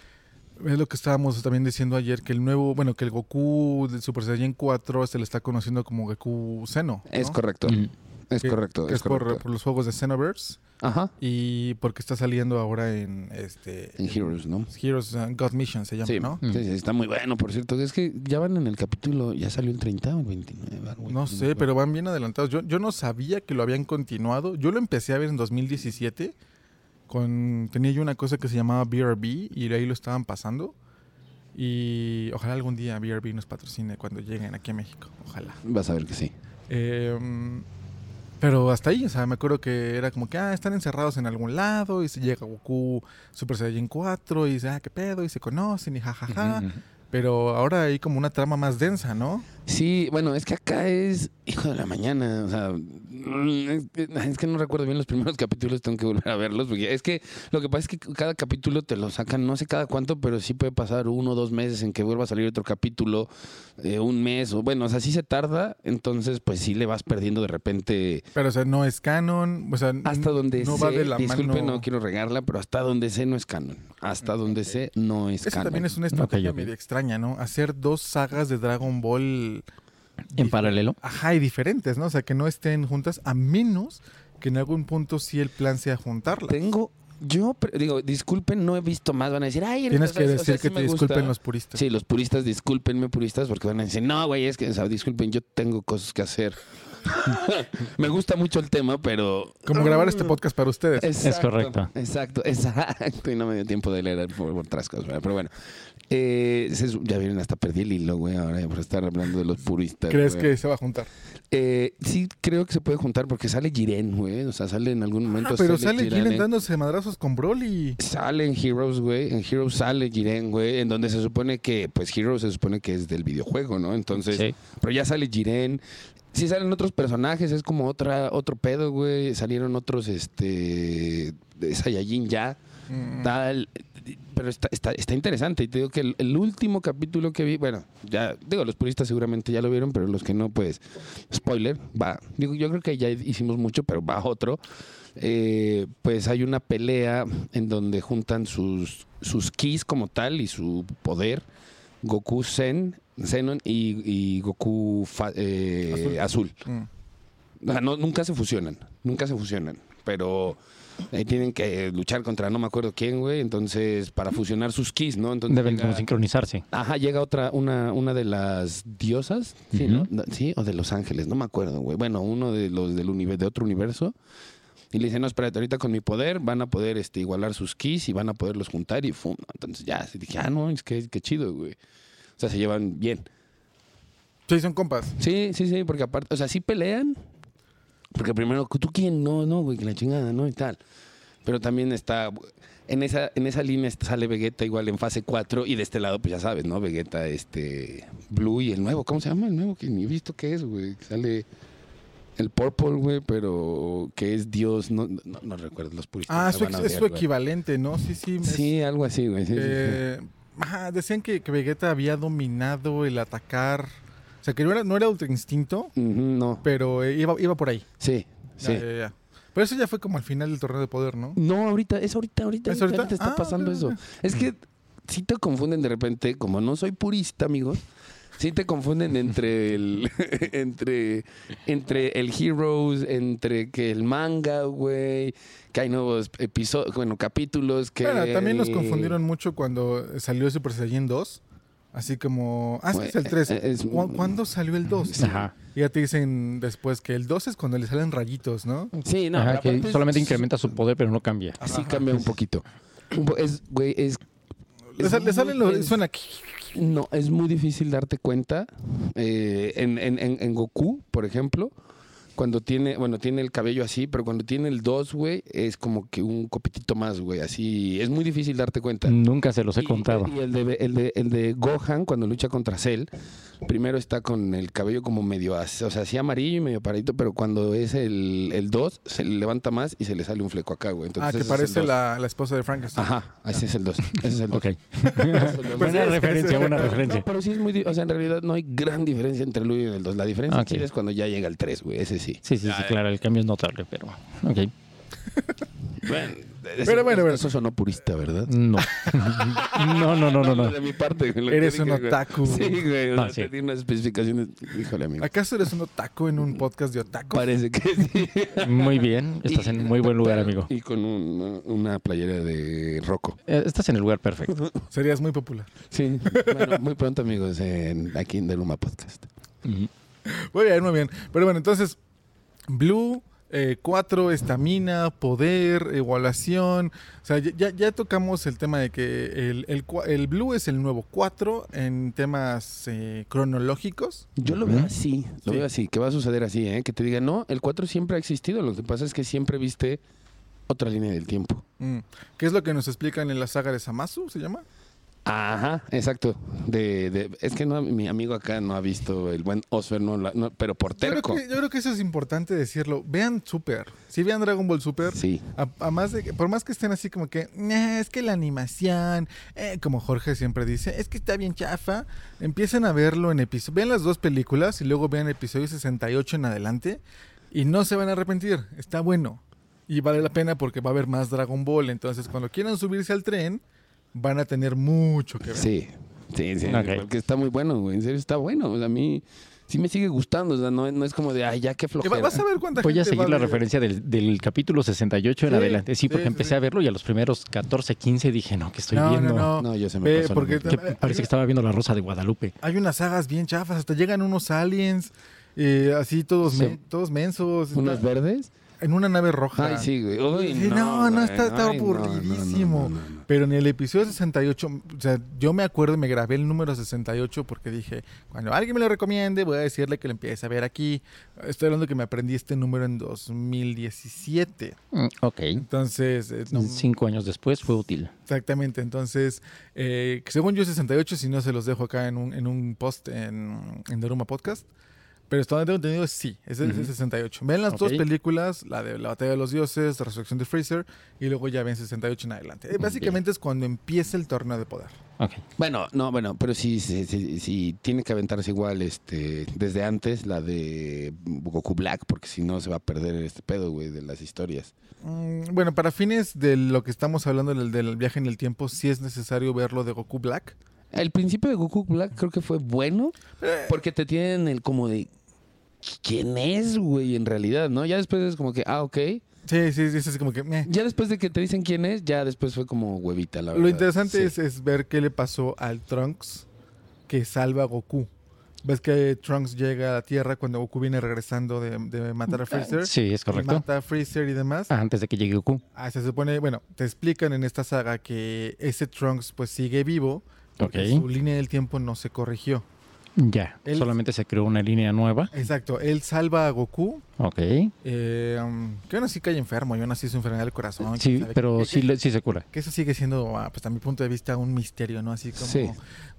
[SPEAKER 1] es lo que estábamos también diciendo ayer, que el nuevo, bueno, que el Goku del Super Saiyan 4 se le está conociendo como Goku Zeno. ¿no?
[SPEAKER 3] Es correcto.
[SPEAKER 2] Mm.
[SPEAKER 3] Es
[SPEAKER 1] Que-
[SPEAKER 3] correcto.
[SPEAKER 1] que
[SPEAKER 3] Es,
[SPEAKER 1] es por-
[SPEAKER 3] correcto.
[SPEAKER 1] por los juegos de Xenoverse.
[SPEAKER 3] Ajá.
[SPEAKER 1] Y porque está saliendo ahora en este
[SPEAKER 3] En Heroes, ¿no?
[SPEAKER 1] Heroes and God Mission se llama,
[SPEAKER 3] Sí,
[SPEAKER 1] ¿no?
[SPEAKER 2] Mm.
[SPEAKER 3] sí, sí, está muy bueno, por cierto. Es que ya van en el capítulo, ya salió el 30 o el 29. algo,
[SPEAKER 1] No sé, pero van bien adelantados. Yo, yo no sabía que lo habían continuado. Yo lo empecé a ver en 2017. Con, tenía yo una cosa que se llamaba BRB y de ahí lo estaban pasando. Y ojalá algún día BRB nos patrocine cuando lleguen aquí a México. Ojalá.
[SPEAKER 3] Vas a ver que sí.
[SPEAKER 1] Eh, pero hasta ahí, o sea, me acuerdo que era como que, ah, están encerrados en algún lado y se llega Goku Super Saiyan 4 y dice, ah, qué pedo, y se conocen y jajaja.
[SPEAKER 2] Ujú, ujú.
[SPEAKER 1] Pero ahora hay como una trama más densa, ¿no?
[SPEAKER 3] Sí, bueno, es que acá es hijo de la mañana. O sea, mm, es que, es que no recuerdo bien los primeros [LAUGHS] capítulos, tengo que volver a verlos. Porque es que lo que pasa es que cada capítulo te lo sacan, no sé cada cuánto, pero sí puede pasar uno o dos meses en que vuelva a salir otro capítulo, eh, un mes, o bueno, o sea, sí se tarda. Entonces, pues sí le vas perdiendo de repente.
[SPEAKER 1] Pero, o sea, no es canon, o sea,
[SPEAKER 3] Hasta donde
[SPEAKER 1] no
[SPEAKER 3] sé,
[SPEAKER 1] va de la
[SPEAKER 3] disculpe,
[SPEAKER 1] mano.
[SPEAKER 3] no quiero regarla, pero hasta donde sé no es canon. Hasta donde sé no es
[SPEAKER 1] Esa
[SPEAKER 3] canon.
[SPEAKER 1] también es una estrategia
[SPEAKER 2] Ok, ok.
[SPEAKER 1] medio extraña, ¿no? Hacer dos sagas de Dragon Ball,
[SPEAKER 2] En paralelo.
[SPEAKER 1] ajá, y diferentes, ¿no? O sea, que no estén juntas, a menos que en algún punto sí el plan sea juntarlas.
[SPEAKER 3] Tengo, yo pre- digo, disculpen, no he visto más. Van a decir, ay,
[SPEAKER 1] Tienes
[SPEAKER 3] o
[SPEAKER 1] que
[SPEAKER 3] sea, o sea,
[SPEAKER 1] decir
[SPEAKER 3] sí
[SPEAKER 1] que
[SPEAKER 3] me
[SPEAKER 1] te
[SPEAKER 3] gusta".
[SPEAKER 1] disculpen los puristas.
[SPEAKER 3] Sí, los puristas, discúlpenme, puristas, porque van a decir, no, güey, es que, o sea, disculpen, yo tengo cosas que hacer. [LAUGHS] me gusta mucho el tema, pero.
[SPEAKER 1] Como grabar
[SPEAKER 3] Mm.
[SPEAKER 1] este podcast para ustedes.
[SPEAKER 3] Exacto,
[SPEAKER 2] correcto.
[SPEAKER 3] Exacto, exacto. Y no me dio tiempo de leer por, por otras cosas, ¿verdad? pero bueno. Eh, se su- ya vieron, hasta perdí el hilo, güey, ahora por estar hablando de los puristas.
[SPEAKER 1] ¿Crees
[SPEAKER 3] güey.
[SPEAKER 1] que se va a juntar?
[SPEAKER 3] Eh, sí, creo que se puede juntar porque sale Jiren, güey. O sea, sale en algún momento.
[SPEAKER 1] Ah, pero sale
[SPEAKER 3] Jiren
[SPEAKER 1] Jiren
[SPEAKER 3] en-
[SPEAKER 1] dándose madrazos con Broly.
[SPEAKER 3] Sale en Heroes, güey. En Heroes sale Jiren, güey. En donde se supone que, pues Heroes se supone que es del videojuego, ¿no? Entonces,
[SPEAKER 2] Sí.
[SPEAKER 3] pero ya sale Jiren. Sí salen otros personajes, es como otra, otro pedo, güey. Salieron otros, este, de Saiyajin ya,
[SPEAKER 1] Mm.
[SPEAKER 3] tal. Pero está, está, está interesante. Y te digo que el, el último capítulo que vi, bueno, ya, digo, los puristas seguramente ya lo vieron, pero los que no, pues, spoiler, va. Digo, yo creo que ya hicimos mucho, pero va otro. Eh, pues hay una pelea en donde juntan sus, sus keys como tal y su poder. Goku Zen, Zenon y, y Goku fa- eh, Azul.
[SPEAKER 1] Mm.
[SPEAKER 3] O sea, no, nunca se fusionan, nunca se fusionan, pero ahí tienen que luchar contra no me acuerdo quién, güey, entonces para fusionar sus keys, ¿no? Entonces
[SPEAKER 2] Deben
[SPEAKER 3] llega-
[SPEAKER 2] como sincronizarse.
[SPEAKER 3] Ajá, llega otra, una, una de las diosas, sí, ¿no?
[SPEAKER 2] Ujú.
[SPEAKER 3] No, Sí, o de Los Ángeles, no me acuerdo, güey. Bueno, uno de los del universo, de otro universo. Y le dice, no, espérate, ahorita con mi poder van a poder este, igualar sus keys y van a poderlos juntar y fum. Entonces ya, sí dije, ah, no, es que, qué chido, güey. O sea, se llevan bien.
[SPEAKER 1] Sí, son compas.
[SPEAKER 3] Sí, sí, sí, porque aparte, o sea, sí pelean. Porque primero, ¿tú quién? No, no, güey, que la chingada, ¿no? Y tal. Pero también está, en esa, en esa línea está- sale Vegeta igual en fase 4 y de este lado, pues ya sabes, ¿no? Vegeta, este, Blue y el nuevo, ¿cómo se llama el nuevo? Que ni he visto qué es, güey. que Sale el Purple, güey, pero que es Dios, no, no, no recuerdo los puristas.
[SPEAKER 1] Ah,
[SPEAKER 3] me
[SPEAKER 1] su
[SPEAKER 3] van
[SPEAKER 1] ex-
[SPEAKER 3] a
[SPEAKER 1] es su
[SPEAKER 3] odiar, güey.
[SPEAKER 1] equivalente, ¿no? Sí, sí. es-
[SPEAKER 3] Sí, algo así, güey. sí, sí, sí.
[SPEAKER 1] eh, ajá, decían que, que Vegeta había dominado el atacar. O sea, que no era, no era Ultra Instinto,
[SPEAKER 3] Ujú, no,
[SPEAKER 1] pero eh, iba, iba por ahí.
[SPEAKER 3] sí,
[SPEAKER 1] Ya,
[SPEAKER 3] sí.
[SPEAKER 1] ya, ya. Pero eso ya fue como al final del torneo de poder, ¿no?
[SPEAKER 3] No, ahorita, es ahorita, ahorita,
[SPEAKER 1] ¿Es
[SPEAKER 3] ahorita,
[SPEAKER 1] ahorita?
[SPEAKER 3] ahorita está
[SPEAKER 1] Ah,
[SPEAKER 3] pasando
[SPEAKER 1] ok,
[SPEAKER 3] eso.
[SPEAKER 1] ok.
[SPEAKER 3] Es que sí te confunden de repente, como no soy purista, amigos, sí te confunden entre el, [LAUGHS] entre, entre el Heroes, entre que el manga, güey, que hay nuevos episodios, bueno, capítulos que...
[SPEAKER 1] Bueno, también nos
[SPEAKER 3] el-
[SPEAKER 1] confundieron mucho cuando salió Super Saiyan 2. Así como, ah, este es el 3.
[SPEAKER 3] Eh, es-
[SPEAKER 1] ¿Cu- ¿Cuándo salió el 2?
[SPEAKER 2] Ajá.
[SPEAKER 1] Y ya te dicen después que el 2 es cuando le salen rayitos, ¿no?
[SPEAKER 3] Sí, no,
[SPEAKER 2] Ajá,
[SPEAKER 3] pero
[SPEAKER 2] que
[SPEAKER 3] aparte es-
[SPEAKER 2] solamente incrementa su poder, pero no cambia.
[SPEAKER 3] Sí cambia un poquito. Un po- Es, güey, es...
[SPEAKER 1] Le,
[SPEAKER 3] es
[SPEAKER 1] sal- le salen
[SPEAKER 3] muy
[SPEAKER 1] los.
[SPEAKER 3] denso.
[SPEAKER 1] Suena ah, aquí.
[SPEAKER 3] No, es muy difícil darte cuenta. eh, en, en- en- en Goku, por ejemplo, cuando tiene, bueno, tiene el cabello así, pero cuando tiene el 2, güey, es como que un copitito más, güey, así. Es muy difícil darte cuenta.
[SPEAKER 2] Nunca Mm, se los he
[SPEAKER 3] Y-
[SPEAKER 2] contado.
[SPEAKER 3] Y, el, de, el, de, el de Gohan, cuando lucha contra Cell, primero está con el cabello como medio, as- o sea, así amarillo y medio paradito, pero cuando es el el 2, se le levanta más y se le sale un fleco acá, güey. Entonces,
[SPEAKER 1] Ah, que
[SPEAKER 3] ese es el
[SPEAKER 1] parece
[SPEAKER 3] dos.
[SPEAKER 1] la, la esposa de Frankenstein.
[SPEAKER 3] Ajá, ese es el 2. Ese es el
[SPEAKER 1] [LAUGHS]
[SPEAKER 3] 2.
[SPEAKER 2] Ok.
[SPEAKER 1] Pues
[SPEAKER 2] buena referencia, buena referencia.
[SPEAKER 3] No, pero sí es muy. di- O sea, en realidad no hay gran diferencia entre el 1 y el 2. La diferencia
[SPEAKER 2] Ok.
[SPEAKER 3] sí es cuando ya llega el 3, güey. Ese sí.
[SPEAKER 2] Sí, sí, sí, claro, el cambio es notable, pero. Ok.
[SPEAKER 3] Bueno,
[SPEAKER 1] Pero bueno, bueno.
[SPEAKER 3] Eso sonó purista, ¿verdad?
[SPEAKER 2] No. No, no, no, no, no.
[SPEAKER 3] De mi parte, güey, lo que
[SPEAKER 1] Eres un
[SPEAKER 3] dije, güey.
[SPEAKER 1] otaku.
[SPEAKER 3] Sí, güey. o sea,
[SPEAKER 2] Ah, sí.
[SPEAKER 3] te di unas especificaciones. Híjole, amigo.
[SPEAKER 1] ¿Acaso eres un otaku en un podcast de otaku?
[SPEAKER 3] Parece que sí.
[SPEAKER 2] Muy bien. Estás en muy buen lugar, amigo.
[SPEAKER 3] Y con un- una playera de Rocco.
[SPEAKER 2] Eh, Estás en el lugar perfecto.
[SPEAKER 1] Serías muy popular.
[SPEAKER 3] Sí. Bueno, muy pronto, amigos, en- aquí en Deluma Podcast.
[SPEAKER 2] Ujú.
[SPEAKER 1] Muy bien, muy bien. Pero bueno, entonces, Blue, 4, estamina, poder, evaluación. O sea, ya- ya, ya tocamos el tema de que el, el cua- el Blue es el nuevo 4 en temas eh, cronológicos.
[SPEAKER 3] Yo lo veo así, lo
[SPEAKER 1] Sí.
[SPEAKER 3] veo así, que va a suceder así, ¿eh? que te diga, no, el 4 siempre ha existido, lo que pasa es que siempre viste otra línea del tiempo.
[SPEAKER 1] Mm. ¿Qué es lo que nos explican en la saga de Samasu? ¿Se llama?
[SPEAKER 3] Ajá, exacto. De, de- es que no, mi amigo acá no ha visto el buen Osfer, no, la- no, pero por
[SPEAKER 1] Yo creo,
[SPEAKER 3] terco.
[SPEAKER 1] que, yo creo que eso es importante decirlo. Vean Super. Si vean Dragon Ball Super,
[SPEAKER 3] Sí.
[SPEAKER 1] A, a más de que- por más que estén así como que, "Nah, es que la animación, eh", como Jorge siempre dice, es que está bien chafa, empiecen a verlo en episodios, vean las dos películas y luego vean episodio 68 en adelante y no se van a arrepentir, está bueno y vale la pena porque va a haber más Dragon Ball, entonces cuando quieran subirse al tren van a tener mucho que ver.
[SPEAKER 3] Sí, sí, sí.
[SPEAKER 2] Ok.
[SPEAKER 3] Porque está muy bueno, güey. En serio, está bueno. O sea, a mí sí me sigue gustando. O sea, no, no es como de, ay, ya
[SPEAKER 1] Que
[SPEAKER 3] qué
[SPEAKER 1] va-
[SPEAKER 3] flojera.
[SPEAKER 1] vas a ver cuánta
[SPEAKER 2] Voy a
[SPEAKER 1] gente va
[SPEAKER 2] seguir la
[SPEAKER 1] ver.
[SPEAKER 2] referencia del, del capítulo 68 en
[SPEAKER 1] Sí,
[SPEAKER 2] adelante. Sí, porque
[SPEAKER 1] sí, sí,
[SPEAKER 2] empecé
[SPEAKER 1] sí.
[SPEAKER 2] a verlo y a los primeros 14, 15 dije, no, que estoy
[SPEAKER 1] No,
[SPEAKER 2] viendo.
[SPEAKER 1] no, no.
[SPEAKER 3] No, yo se me
[SPEAKER 1] Ve,
[SPEAKER 3] pasó la
[SPEAKER 1] porque
[SPEAKER 3] mitad.
[SPEAKER 2] Que parece que estaba viendo La Rosa de Guadalupe.
[SPEAKER 1] Hay unas sagas bien chafas, hasta llegan unos aliens eh, así todos,
[SPEAKER 2] Sí.
[SPEAKER 1] men- todos mensos.
[SPEAKER 3] ¿Unos
[SPEAKER 1] está-
[SPEAKER 3] verdes?
[SPEAKER 1] En una nave roja.
[SPEAKER 3] Ay, sí, güey. Uy,
[SPEAKER 1] Sí, no, no,
[SPEAKER 3] güey,
[SPEAKER 1] está, está
[SPEAKER 3] ay, no, no, no, no,
[SPEAKER 1] aburridísimo.
[SPEAKER 3] no, no.
[SPEAKER 1] Pero en el episodio 68, o sea, yo me acuerdo, me grabé el número 68 porque dije, cuando alguien me lo recomiende, voy a decirle que lo empiece a ver aquí. Estoy hablando que me aprendí este número en 2017.
[SPEAKER 2] Mm, Ok.
[SPEAKER 1] Entonces, eh, no-
[SPEAKER 2] Cinco años después fue útil.
[SPEAKER 1] exactamente. Entonces, eh, según yo 68, si no se los dejo acá en un, en un post en, en Daruma Podcast. Pero hasta donde tengo entendido, sí, es el es el 68. Ven las
[SPEAKER 2] Ok.
[SPEAKER 1] dos películas, la de La Batalla de los Dioses, La Resurrección de Freezer, y luego ya ven 68 en adelante. Eh, Básicamente es cuando empieza el torneo de poder.
[SPEAKER 2] Ok.
[SPEAKER 3] Bueno, no, bueno, pero sí, sí, sí, sí, tiene que aventarse igual este, desde antes la de Goku Black, porque si no se va a perder este pedo, güey, de las historias.
[SPEAKER 1] Mm, bueno, para fines de lo que estamos hablando del, del viaje en el tiempo, sí es necesario verlo de Goku Black.
[SPEAKER 3] El principio de Goku Black creo que fue bueno,
[SPEAKER 1] Eh.
[SPEAKER 3] porque te tienen el como de, ¿quién es, güey, en realidad, no? Ya después es como que, ah, ok.
[SPEAKER 1] Sí, sí, sí, es así como que... meh.
[SPEAKER 3] Ya después de que te dicen quién es, ya después fue como huevita, la verdad.
[SPEAKER 1] Lo interesante
[SPEAKER 3] Sí.
[SPEAKER 1] es, es ver qué le pasó al Trunks que salva a Goku. Ves que Trunks llega a la Tierra cuando Goku viene regresando de, de matar a Freezer.
[SPEAKER 2] Sí, es
[SPEAKER 1] Y
[SPEAKER 2] correcto.
[SPEAKER 1] Mata a Freezer y demás.
[SPEAKER 2] Ah, Antes de que llegue Goku.
[SPEAKER 1] Ah, se supone, bueno, te explican en esta saga que ese Trunks pues sigue vivo. Porque
[SPEAKER 2] Ok.
[SPEAKER 1] Su línea del tiempo no se corrigió.
[SPEAKER 2] Ya.
[SPEAKER 1] Él-
[SPEAKER 2] Solamente se creó una línea nueva.
[SPEAKER 1] Exacto, él salva a Goku.
[SPEAKER 2] Ok.
[SPEAKER 1] eh, um, que aún así cae enfermo, y aún así su enfermedad del corazón. quién
[SPEAKER 2] Sí,
[SPEAKER 1] sabe
[SPEAKER 2] pero
[SPEAKER 1] qué-
[SPEAKER 2] sí, le- sí se cura.
[SPEAKER 1] Que eso sigue siendo, ah, pues a mi punto de vista, un misterio, ¿no? Así como
[SPEAKER 3] Sí.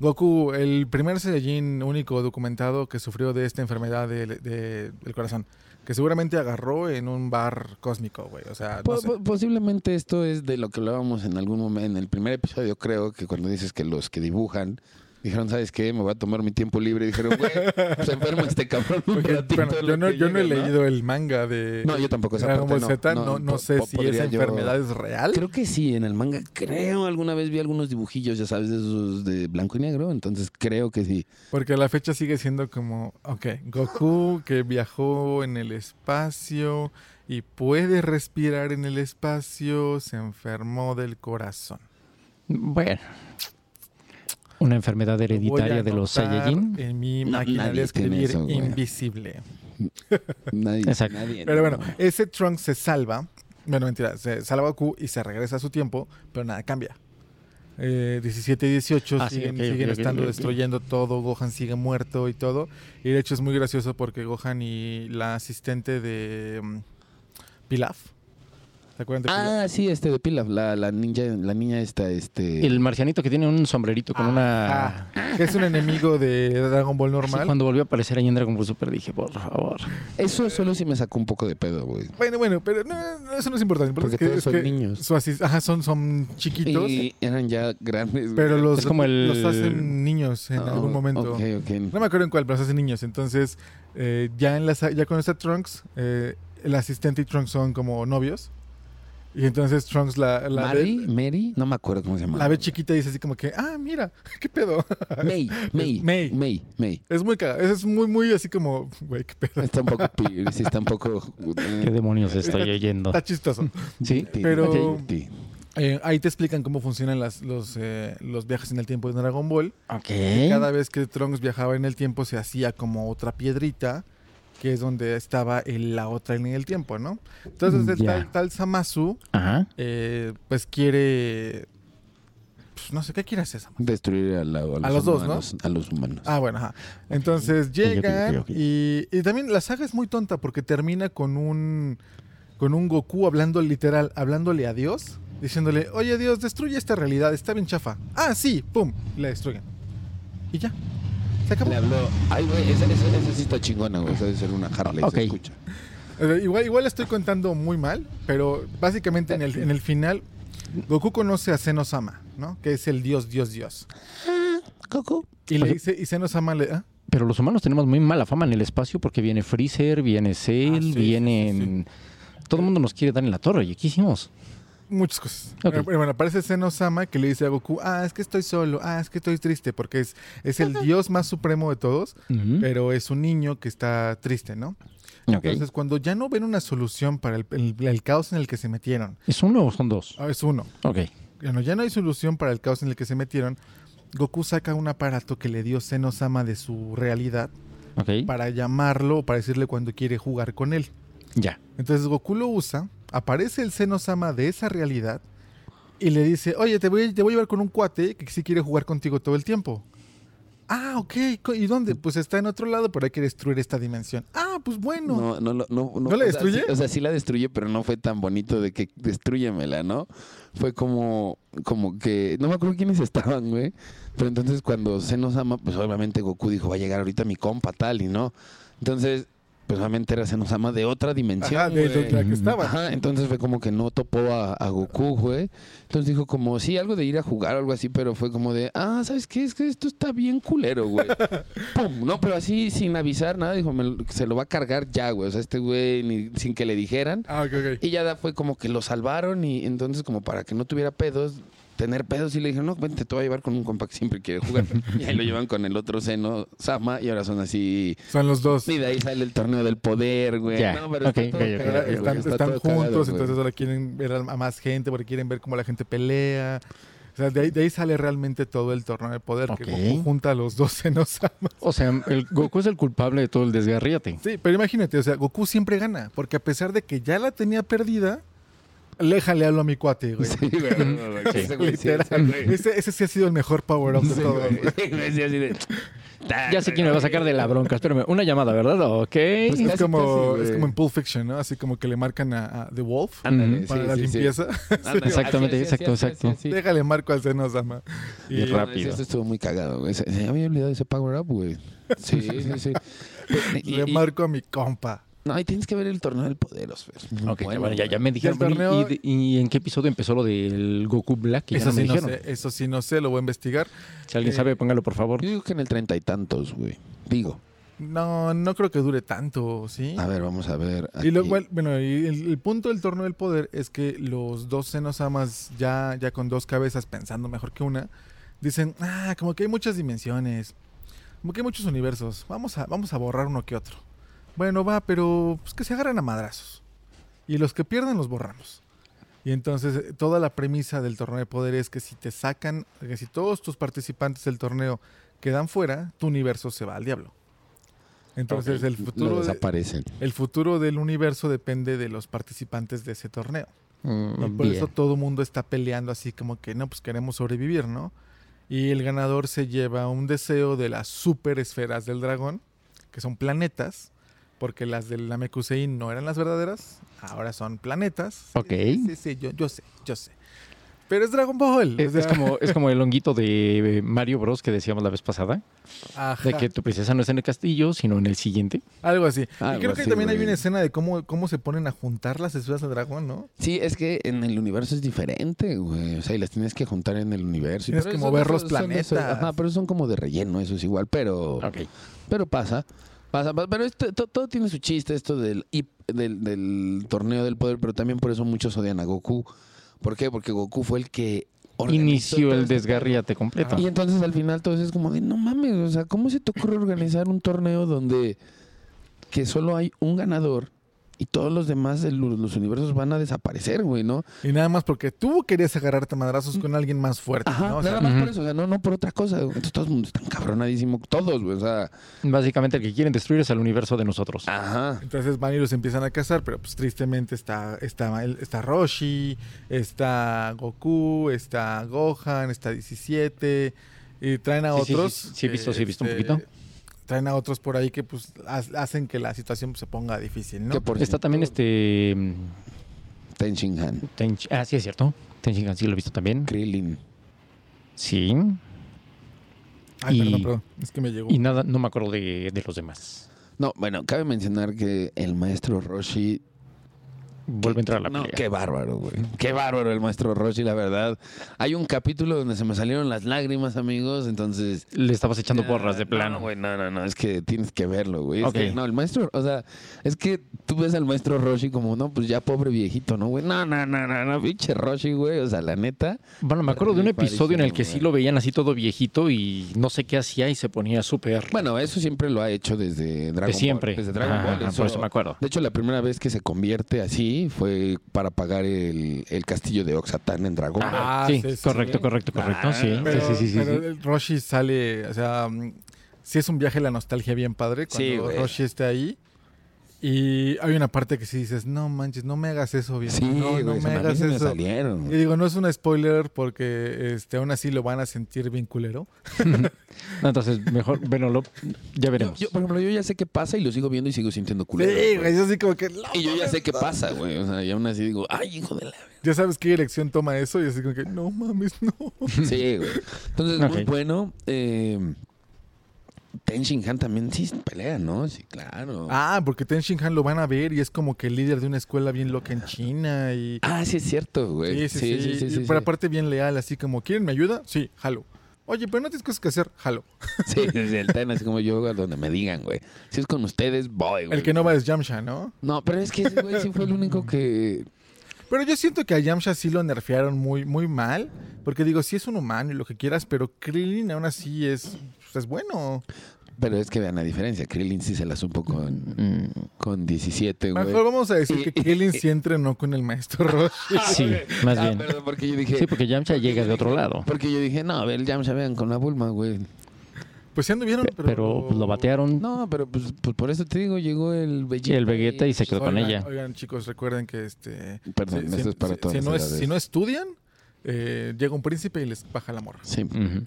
[SPEAKER 1] Goku, el primer Saiyajin único documentado que sufrió de esta enfermedad del- de- del corazón, que seguramente agarró en un bar cósmico, güey. O sea, no
[SPEAKER 3] Po-
[SPEAKER 1] sé.
[SPEAKER 3] po- posiblemente esto es de lo que hablábamos en algún momento, en el primer episodio creo, que cuando dices que los que dibujan Dijeron, ¿sabes qué? Me voy a tomar mi tiempo libre. Dijeron, güey, pues enfermo este cabrón. un
[SPEAKER 1] Porque,
[SPEAKER 3] ratito
[SPEAKER 1] bueno,
[SPEAKER 3] en
[SPEAKER 1] yo
[SPEAKER 3] lo
[SPEAKER 1] no,
[SPEAKER 3] que
[SPEAKER 1] yo no he
[SPEAKER 3] llega,
[SPEAKER 1] leído el manga de
[SPEAKER 3] No, yo tampoco. Esa
[SPEAKER 1] Dragon
[SPEAKER 3] parte
[SPEAKER 1] Ball
[SPEAKER 3] no,
[SPEAKER 1] Z. No, no
[SPEAKER 3] po-
[SPEAKER 1] sé
[SPEAKER 3] po-
[SPEAKER 1] si
[SPEAKER 3] podría
[SPEAKER 1] esa
[SPEAKER 3] yo-
[SPEAKER 1] enfermedad es real.
[SPEAKER 3] Creo que sí, en el manga. Creo, alguna vez vi algunos dibujillos, ya sabes, de esos de blanco y negro. Entonces creo que sí.
[SPEAKER 1] Porque a la fecha sigue siendo como, ok, Goku que viajó en el espacio y puede respirar en el espacio, se enfermó del corazón.
[SPEAKER 2] Bueno. Una enfermedad
[SPEAKER 1] Lo voy a
[SPEAKER 2] hereditaria de los
[SPEAKER 1] anotar
[SPEAKER 2] Saiyajin.
[SPEAKER 1] En mi
[SPEAKER 3] No,
[SPEAKER 1] máquina de
[SPEAKER 3] nadie tiene
[SPEAKER 1] escribir
[SPEAKER 3] eso, güey.
[SPEAKER 1] invisible.
[SPEAKER 3] Nadie.
[SPEAKER 2] Exacto.
[SPEAKER 3] nadie-
[SPEAKER 1] Pero bueno,
[SPEAKER 3] no.
[SPEAKER 1] ese Trunks se salva. Bueno, mentira, se salva Goku y se regresa a su tiempo, pero nada cambia. Eh, 17 y 18
[SPEAKER 2] Ah, sí,
[SPEAKER 1] siguen,
[SPEAKER 2] ok, ok,
[SPEAKER 1] siguen
[SPEAKER 2] ok,
[SPEAKER 1] estando
[SPEAKER 2] ok, ok.
[SPEAKER 1] destruyendo todo, Gohan sigue muerto y todo. Y de hecho es muy gracioso porque Gohan y la asistente de mm, Pilaf, ¿se acuerdan de Pilaf?
[SPEAKER 3] Ah, sí, este de Pilaf, la, la ninja, la niña esta, este.
[SPEAKER 2] El marcianito que tiene un sombrerito con una.
[SPEAKER 1] Ah, que es un enemigo de Dragon Ball
[SPEAKER 2] Sí,
[SPEAKER 1] normal.
[SPEAKER 2] cuando volvió a aparecer ahí en Dragon Ball Super dije, por favor.
[SPEAKER 3] Eso solo sí me sacó un poco de pedo, güey.
[SPEAKER 1] Bueno, bueno, pero no, no, eso no es importante.
[SPEAKER 3] Porque
[SPEAKER 1] es que-
[SPEAKER 3] todos
[SPEAKER 1] es
[SPEAKER 3] son
[SPEAKER 1] que
[SPEAKER 3] niños.
[SPEAKER 1] su asis- ajá, son, son chiquitos.
[SPEAKER 3] Y eran ya grandes. güey.
[SPEAKER 1] Pero los,
[SPEAKER 2] Es como el-
[SPEAKER 1] los hacen niños en
[SPEAKER 3] Ah,
[SPEAKER 1] algún momento.
[SPEAKER 3] Ok, ok.
[SPEAKER 1] No me acuerdo en cuál, pero los hacen niños. Entonces, eh, ya, en la, sa- ya cuando está Trunks, eh, el asistente y Trunks son como novios. Y entonces Trunks la, la,
[SPEAKER 3] Mary,
[SPEAKER 1] ve,
[SPEAKER 3] Mary, no me acuerdo cómo se llama.
[SPEAKER 1] la ve chiquita y dice así como que, ah, mira, [LAUGHS] qué pedo.
[SPEAKER 3] May, May,
[SPEAKER 1] [LAUGHS] May.
[SPEAKER 3] May, May, May.
[SPEAKER 1] Es muy cagado. Es muy, muy así como, güey, qué pedo.
[SPEAKER 3] Está un poco, pi- sí, está un poco. eh,
[SPEAKER 2] ¿Qué
[SPEAKER 1] [LAUGHS]
[SPEAKER 2] demonios estoy oyendo?
[SPEAKER 1] Está chistoso.
[SPEAKER 2] Sí.
[SPEAKER 1] pero-
[SPEAKER 3] Ok.
[SPEAKER 1] Eh, ahí te explican cómo funcionan las, los, eh, los viajes en el tiempo de Dragon Ball.
[SPEAKER 2] Ok.
[SPEAKER 1] Cada vez que Trunks viajaba en el tiempo se hacía como otra piedrita, que es donde estaba el- la otra en el tiempo, ¿no? Entonces el
[SPEAKER 2] Ya.
[SPEAKER 1] tal, tal Samasu,
[SPEAKER 2] Ajá.
[SPEAKER 1] eh, pues quiere... pues, no sé, ¿qué quiere hacer Samasu?
[SPEAKER 3] Destruir a, la- a los,
[SPEAKER 1] A los dos, ¿no?
[SPEAKER 3] humanos, A los humanos.
[SPEAKER 1] Ah, bueno, ajá. Entonces llegan
[SPEAKER 2] ok, ok.
[SPEAKER 1] Y, y también la saga es muy tonta porque termina con un, con un Goku hablando literal, hablándole a Dios, diciéndole, oye Dios, destruye esta realidad, está bien chafa. Ah, sí, pum, la destruyen. Y ya. Se acabó.
[SPEAKER 3] Le habló. Ay, güey, esa, esa, esa sí está chingona, güey. Esa debe ser una Harley.
[SPEAKER 2] Ok.
[SPEAKER 3] Se escucha.
[SPEAKER 1] Eh, Igual, igual estoy contando muy mal, pero básicamente en el, en el final, Goku conoce a Senosama, ¿no? Que es el dios, dios, dios.
[SPEAKER 3] Coco.
[SPEAKER 1] Y le dice, y Senosama le. ¿ah?
[SPEAKER 2] Pues, Pero los humanos tenemos muy mala fama en el espacio porque viene Freezer, viene Cell,
[SPEAKER 1] Ah, sí, sí,
[SPEAKER 2] vienen... Todo el mundo nos quiere dar en la torre. ¿Y qué hicimos?
[SPEAKER 1] Muchas cosas. Eh,
[SPEAKER 2] Ok.
[SPEAKER 1] Bueno, Bueno, aparece Senosama que le dice a Goku, ah, es que estoy solo, ah, es que estoy triste, porque es, es el dios más supremo de todos,
[SPEAKER 2] Ujú.
[SPEAKER 1] pero es un niño que está triste, ¿no?
[SPEAKER 2] Ok.
[SPEAKER 1] Entonces, cuando ya no ven una solución para el, el- el caos en el que se metieron,
[SPEAKER 2] ¿Es uno o son dos?
[SPEAKER 1] ah, es uno,
[SPEAKER 2] Ok.
[SPEAKER 1] Bueno, ya no hay solución para el caos en el que se metieron. Goku saca un aparato que le dio Senosama de su realidad
[SPEAKER 2] Ok.
[SPEAKER 1] para llamarlo o para decirle cuando quiere jugar con él.
[SPEAKER 2] Ya.
[SPEAKER 1] Entonces Goku lo usa, aparece el Senosama de esa realidad y le dice, oye, te voy, te voy a llevar con un cuate que sí quiere jugar contigo todo el tiempo. Ah, ok, co- ¿y dónde? Pues está en otro lado, pero hay que destruir esta dimensión. Ah, pues bueno.
[SPEAKER 3] No, no, lo- no,
[SPEAKER 1] ¿No la
[SPEAKER 3] o sea, sí-
[SPEAKER 1] destruye?
[SPEAKER 3] o sea, sí la destruye, pero no fue tan bonito de que destruyemela, ¿no? Fue como, como que, no me acuerdo quiénes estaban, güey. Pero entonces cuando se nos ama, pues obviamente Goku dijo, va a llegar ahorita mi compa, tal, y no. Entonces, pues obviamente era se nos ama de otra dimensión.
[SPEAKER 1] Ajá, de, de
[SPEAKER 3] güey.
[SPEAKER 1] la que estaba.
[SPEAKER 3] Ajá, entonces fue como que no topó a, a Goku, güey. Entonces dijo como, sí, algo de ir a jugar o algo así, pero fue como de, ah, ¿sabes qué? Es que esto está bien culero, güey. Pum, no, pero así sin avisar nada, dijo, "Me lo- se lo va a cargar ya, güey. O sea, este güey, ni- sin que le dijeran.
[SPEAKER 1] Ah, ok, ok.
[SPEAKER 3] Y ya da- fue como que lo salvaron y entonces como para que no tuviera pedos, tener pedos y le dijeron, no, vente, te voy a llevar con un compa que siempre quiere jugar. y ahí lo llevan con el otro seno, Sama, y ahora son así...
[SPEAKER 1] Son los dos.
[SPEAKER 3] Y de ahí sale el torneo del poder, güey.
[SPEAKER 2] Ya,
[SPEAKER 3] No, pero está
[SPEAKER 2] ok,
[SPEAKER 3] todo
[SPEAKER 2] ok, ok,
[SPEAKER 3] cagado,
[SPEAKER 1] Ahora
[SPEAKER 3] güey.
[SPEAKER 1] están
[SPEAKER 3] Está
[SPEAKER 1] están
[SPEAKER 3] todo
[SPEAKER 1] juntos,
[SPEAKER 3] cagado, güey.
[SPEAKER 1] entonces ahora quieren ver a a más gente, porque quieren ver cómo la gente pelea. O sea, de ahí, de ahí sale realmente todo el torneo de poder, que
[SPEAKER 2] Ok.
[SPEAKER 1] Goku junta a los dos Senosamas.
[SPEAKER 2] O sea, el Goku es el culpable de todo el desgarríate.
[SPEAKER 1] Sí, pero imagínate, o sea, Goku siempre gana, porque a pesar de que ya la tenía perdida, déjale hablo a mi cuate, güey.
[SPEAKER 3] Sí, güey, no, no, no, ese güey,
[SPEAKER 1] [LAUGHS]
[SPEAKER 3] sí,
[SPEAKER 1] Literal.
[SPEAKER 3] ese güey.
[SPEAKER 1] Ese, ese sí ha sido el mejor power-up de
[SPEAKER 3] Sí,
[SPEAKER 1] todo.
[SPEAKER 3] güey. Sí, güey, sí, así de-
[SPEAKER 2] Ya sé quién me va a sacar de la bronca. Espérame, una llamada, ¿verdad?
[SPEAKER 1] Pues
[SPEAKER 2] Ok.
[SPEAKER 1] Es,
[SPEAKER 3] Casi, casi,
[SPEAKER 1] como,
[SPEAKER 3] güey.
[SPEAKER 1] es como en Pulp Fiction, ¿no? Así como que le marcan a, a The Wolf
[SPEAKER 3] Ándale,
[SPEAKER 2] Ujú.
[SPEAKER 3] sí,
[SPEAKER 1] para la
[SPEAKER 3] sí, sí.
[SPEAKER 1] limpieza.
[SPEAKER 3] Ándale,
[SPEAKER 2] Exactamente,
[SPEAKER 3] así, así,
[SPEAKER 2] exacto,
[SPEAKER 3] así,
[SPEAKER 2] exacto.
[SPEAKER 3] así, así.
[SPEAKER 1] Déjale marco al Senosama. Y,
[SPEAKER 3] No, ese- ese estuvo muy cagado, güey.
[SPEAKER 1] [LAUGHS]
[SPEAKER 3] Se, se había olvidado ese power up, güey. Sí, sí, sí.
[SPEAKER 1] le marco a mi compa.
[SPEAKER 4] No, ahí tienes que ver el torneo del poder, Osfer. Muy
[SPEAKER 2] Ok,
[SPEAKER 4] bueno,
[SPEAKER 2] bueno, ya, ya
[SPEAKER 4] güey.
[SPEAKER 2] me dijeron.
[SPEAKER 1] Del
[SPEAKER 2] bueno, ¿y-
[SPEAKER 1] torneo-
[SPEAKER 2] y, y en qué episodio empezó lo del Goku Black? Que ya
[SPEAKER 1] Eso
[SPEAKER 2] no me
[SPEAKER 1] sí no
[SPEAKER 2] dijeron.
[SPEAKER 1] sé, eso sí no sé, lo voy a investigar.
[SPEAKER 2] Si alguien
[SPEAKER 1] Eh,
[SPEAKER 2] sabe, póngalo, por favor.
[SPEAKER 3] Yo digo que en el treinta y tantos, güey. Digo.
[SPEAKER 1] No, no creo que dure tanto, ¿sí?
[SPEAKER 3] A ver, vamos a ver.
[SPEAKER 1] Y
[SPEAKER 3] aquí.
[SPEAKER 1] lo cual, bueno, y el, el punto del torneo del poder es que los dos Zenosamas, ya, ya con dos cabezas pensando mejor que una, dicen, ah, como que hay muchas dimensiones, como que hay muchos universos, vamos a, vamos a borrar uno que otro. Bueno, va, pero pues que se agarren a madrazos. Y los que pierdan los borramos. Y entonces eh, toda la premisa del torneo de poder es que si te sacan, que si todos tus participantes del torneo quedan fuera, tu universo se va al diablo. Entonces el
[SPEAKER 3] Lo
[SPEAKER 1] futuro... de-
[SPEAKER 3] desaparecen.
[SPEAKER 1] el futuro del universo depende de los participantes de ese torneo. Y
[SPEAKER 2] Mm,
[SPEAKER 1] por
[SPEAKER 2] bien.
[SPEAKER 1] eso todo el mundo está peleando así como que no, pues queremos sobrevivir, ¿no? Y el ganador se lleva un deseo de las super esferas del dragón, que son planetas, porque las del Namekusei no eran las verdaderas, ahora son planetas.
[SPEAKER 2] Ok.
[SPEAKER 1] Sí, sí, sí, yo, yo sé, yo sé. Pero es Dragon Ball. o
[SPEAKER 2] Es, es
[SPEAKER 1] sea,
[SPEAKER 2] como, es como el honguito de eh, Mario Bros. que decíamos la vez pasada. De
[SPEAKER 1] ajá,
[SPEAKER 2] que tu princesa no está en el castillo, sino en el siguiente.
[SPEAKER 1] algo así. y
[SPEAKER 3] Algo
[SPEAKER 1] creo que
[SPEAKER 3] así,
[SPEAKER 1] también hay
[SPEAKER 3] güey.
[SPEAKER 1] una escena de cómo, cómo se ponen a juntar las esferas del dragón, ¿no?
[SPEAKER 3] Sí, es que en el universo es diferente, güey. O sea, y las tienes que juntar en el universo.
[SPEAKER 1] Tienes
[SPEAKER 3] Pero
[SPEAKER 1] que
[SPEAKER 3] eso-
[SPEAKER 1] mover
[SPEAKER 3] eso-
[SPEAKER 1] los
[SPEAKER 3] son
[SPEAKER 1] planetas.
[SPEAKER 3] eso- ajá, pero son como de relleno, eso es igual. Pero,
[SPEAKER 2] Ok.
[SPEAKER 3] pero pasa. Pasa, pa- pero esto- to- todo tiene su chiste, esto del, hip- del, del torneo del poder, pero también por eso muchos odian a Goku. ¿Por qué? Porque Goku fue el que organizó
[SPEAKER 2] Inició
[SPEAKER 3] todo
[SPEAKER 2] el
[SPEAKER 3] este
[SPEAKER 2] desgarriate completo.
[SPEAKER 3] Y entonces al final todo eso es como de, no mames, o sea, ¿cómo se te ocurre organizar un torneo donde que solo hay un ganador y todos los demás de los, los universos van a desaparecer, güey, ¿no?
[SPEAKER 1] Y nada más porque tú querías agarrarte a madrazos
[SPEAKER 2] Mm.
[SPEAKER 1] con alguien más fuerte,
[SPEAKER 3] Ajá,
[SPEAKER 1] ¿no? O sea,
[SPEAKER 3] nada más
[SPEAKER 2] Ujú.
[SPEAKER 3] por eso, o sea, no, no por otra cosa. güey. Entonces todo el mundo está encabronadísimo, todos, güey, o sea,
[SPEAKER 2] Básicamente el que quieren destruir es el universo de nosotros.
[SPEAKER 3] ajá.
[SPEAKER 1] entonces van y los empiezan a cazar, pero pues tristemente está, está, el- está Roshi, está Goku, está Gohan, está 17, y traen a
[SPEAKER 2] Sí, sí,
[SPEAKER 1] otros.
[SPEAKER 2] sí, sí, sí he visto,
[SPEAKER 1] eh,
[SPEAKER 2] sí he visto un poquito.
[SPEAKER 1] Traen a otros por ahí que pues ha- hacen que la situación pues, se ponga difícil, ¿no?
[SPEAKER 3] Que por
[SPEAKER 2] Está también este... mm,
[SPEAKER 3] Ten Shin Han,
[SPEAKER 2] Tench- ah, sí, es cierto. Tenshinhan sí lo he visto también.
[SPEAKER 3] Krillin.
[SPEAKER 2] Sí.
[SPEAKER 1] Ay, perdón,
[SPEAKER 2] y-
[SPEAKER 1] perdón, es que me llegó.
[SPEAKER 2] Y nada, no me acuerdo de, de los demás.
[SPEAKER 3] No, bueno, cabe mencionar que el maestro Roshi
[SPEAKER 2] Vuelve a entrar a la
[SPEAKER 3] No,
[SPEAKER 2] pelea.
[SPEAKER 3] qué bárbaro, güey. Qué bárbaro el maestro Rossi, la verdad. Hay un capítulo donde se me salieron las lágrimas, amigos, entonces...
[SPEAKER 2] Le estabas echando porras de
[SPEAKER 3] No,
[SPEAKER 2] plano.
[SPEAKER 3] güey, no, no, no, es que tienes que verlo, güey. Es
[SPEAKER 2] Ok.
[SPEAKER 3] que, no, el maestro, o sea, es que tú ves al maestro Roshi como, no, pues ya pobre viejito, ¿no, güey? No, no, no, no, no, pinche Roshi, güey, o sea, la neta.
[SPEAKER 2] Bueno, me acuerdo de un
[SPEAKER 3] Muy
[SPEAKER 2] episodio en el
[SPEAKER 3] padrísimo,
[SPEAKER 2] que sí
[SPEAKER 3] güey.
[SPEAKER 2] lo veían así todo viejito y no sé qué hacía y se ponía súper...
[SPEAKER 3] Bueno, eso siempre lo ha hecho desde Dragon
[SPEAKER 2] de siempre.
[SPEAKER 3] Ball. Desde Dragon
[SPEAKER 2] Ajá,
[SPEAKER 3] Ball.
[SPEAKER 2] por
[SPEAKER 3] eso-
[SPEAKER 2] eso me acuerdo.
[SPEAKER 3] De hecho, la primera vez que se convierte así fue para pagar el, el castillo de Oxatán en Dragon Ball.
[SPEAKER 1] Ah,
[SPEAKER 2] sí,
[SPEAKER 1] sí, sí,
[SPEAKER 2] correcto, correcto, correcto,
[SPEAKER 3] Ah,
[SPEAKER 2] sí,
[SPEAKER 1] Pero,
[SPEAKER 2] sí, sí, sí,
[SPEAKER 1] pero
[SPEAKER 2] sí.
[SPEAKER 1] el Roshi sale, o sea, mm, sí es un viaje a la nostalgia bien padre
[SPEAKER 3] Sí,
[SPEAKER 1] cuando
[SPEAKER 3] güey.
[SPEAKER 1] Roshi está ahí. Y hay una parte que sí dices, no manches, no me hagas eso, bien.
[SPEAKER 3] Sí,
[SPEAKER 1] no, no
[SPEAKER 3] güey, se
[SPEAKER 1] me
[SPEAKER 3] me- a mí
[SPEAKER 1] hagas
[SPEAKER 3] se me
[SPEAKER 1] eso.
[SPEAKER 3] salieron.
[SPEAKER 1] Y digo, no es un spoiler porque este, aún así lo van a sentir bien culero.
[SPEAKER 2] No, entonces, mejor, bueno, lo- ya
[SPEAKER 3] Yo,
[SPEAKER 2] veremos.
[SPEAKER 3] yo, por ejemplo, yo ya sé qué pasa y lo sigo viendo y sigo sintiendo
[SPEAKER 1] Sí,
[SPEAKER 3] culero. güey.
[SPEAKER 1] güey, es así como que... "No,
[SPEAKER 3] Y yo ya
[SPEAKER 1] mames".
[SPEAKER 3] sé qué pasa, güey. O sea, y aún así digo, ay, hijo de la.
[SPEAKER 1] Ya sabes qué dirección toma eso y así como que, no mames, no.
[SPEAKER 3] [LAUGHS] Sí, güey. Entonces, muy
[SPEAKER 2] Ok.
[SPEAKER 3] bueno. Eh, Ten Shin Han también sí pelea, ¿no? Sí, claro. Ah,
[SPEAKER 1] Ah, porque Ten Shin Han lo van a ver y es como que el líder de una escuela bien loca en China y...
[SPEAKER 3] Ah, sí, es cierto, güey.
[SPEAKER 1] Sí, sí, sí.
[SPEAKER 3] sí, sí, sí,
[SPEAKER 1] pero
[SPEAKER 3] sí.
[SPEAKER 1] aparte bien leal, así como, ¿quieren me ayuda? Sí, jalo. Oye, pero no tienes cosas que hacer, jalo.
[SPEAKER 3] [LAUGHS] Sí, sí, sí, el Ten, así como yo, a donde me digan, güey. Si es con ustedes, voy, güey.
[SPEAKER 1] El que no va es Yamcha, ¿no?
[SPEAKER 3] No, pero es que ese güey sí fue el único que.
[SPEAKER 1] Pero yo siento que a Yamcha sí lo nerfearon muy, muy mal. Porque digo, sí es un humano y lo que quieras, pero Krillin aún así es, pues, es bueno.
[SPEAKER 3] Pero es que vean la diferencia. Krillin sí se la supo
[SPEAKER 2] Mm,
[SPEAKER 3] con, con 17, güey.
[SPEAKER 1] Mejor vamos a decir que Krillin sí entrenó con el
[SPEAKER 3] [LAUGHS]
[SPEAKER 1] maestro Roshi.
[SPEAKER 2] Sí, más
[SPEAKER 3] Ah,
[SPEAKER 2] bien.
[SPEAKER 3] perdón, porque yo dije.
[SPEAKER 2] Sí, porque Yamcha llega de otro lado.
[SPEAKER 3] Porque yo dije, no, a ver, ya se vean con la Bulma, güey.
[SPEAKER 1] Pues sí anduvieron, pero...
[SPEAKER 2] Pero pues, lo batearon
[SPEAKER 3] No, pero pues, pues por eso te digo, llegó el Vegeta.
[SPEAKER 2] el Vegeta y se quedó con
[SPEAKER 1] Oigan,
[SPEAKER 2] ella.
[SPEAKER 1] Oigan, chicos, recuerden que este...
[SPEAKER 3] Perdón,
[SPEAKER 1] si,
[SPEAKER 3] esto es para
[SPEAKER 1] si-
[SPEAKER 3] todas
[SPEAKER 1] si
[SPEAKER 3] las
[SPEAKER 1] no, es-
[SPEAKER 3] edades.
[SPEAKER 1] si no estudian, eh, llega un príncipe y les baja la morra.
[SPEAKER 3] Sí,
[SPEAKER 2] Ujú.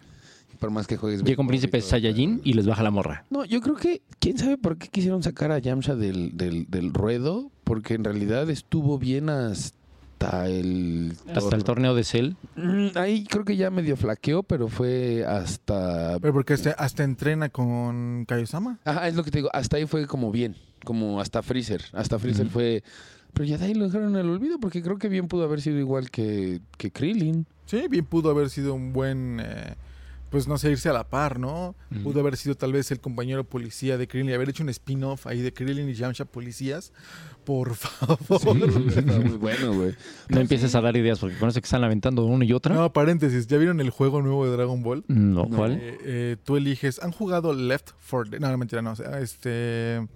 [SPEAKER 3] por más que juegues.
[SPEAKER 2] Llega un
[SPEAKER 3] béisbol
[SPEAKER 2] príncipe
[SPEAKER 3] y todo,
[SPEAKER 2] Saiyajin y les baja la morra.
[SPEAKER 3] No, yo creo que, quién sabe por qué quisieron sacar a Yamcha del, del, del ruedo, porque en realidad estuvo bien hasta el...
[SPEAKER 2] Hasta el
[SPEAKER 3] tor-
[SPEAKER 2] torneo de Cell.
[SPEAKER 3] Mm, Ahí creo que ya medio flaqueó, pero fue hasta...
[SPEAKER 1] Pero porque hasta, hasta entrena con Kaiosama.
[SPEAKER 3] Ajá, es lo que te digo, hasta ahí fue como bien. como hasta Freezer. Hasta Freezer fue. Pero ya de ahí lo dejaron en el olvido porque creo que bien pudo haber sido igual que, que Krillin.
[SPEAKER 1] Sí, bien pudo haber sido un buen, eh, pues no sé, irse a la par, ¿no? Pudo haber sido tal vez el compañero policía de Krillin, haber hecho un spin-off ahí de Krillin y Yamcha Policías, por [LAUGHS] favor.
[SPEAKER 3] Estaba muy bueno, güey.
[SPEAKER 2] No empieces a dar ideas porque con eso que están lamentando uno y otra.
[SPEAKER 1] No, paréntesis, ¿ya vieron el juego nuevo de Dragon Ball?
[SPEAKER 2] No, ¿cuál?
[SPEAKER 1] Eh, eh, tú eliges, ¿han jugado Left 4 Dead? No, no, mentira, no, o sea, este...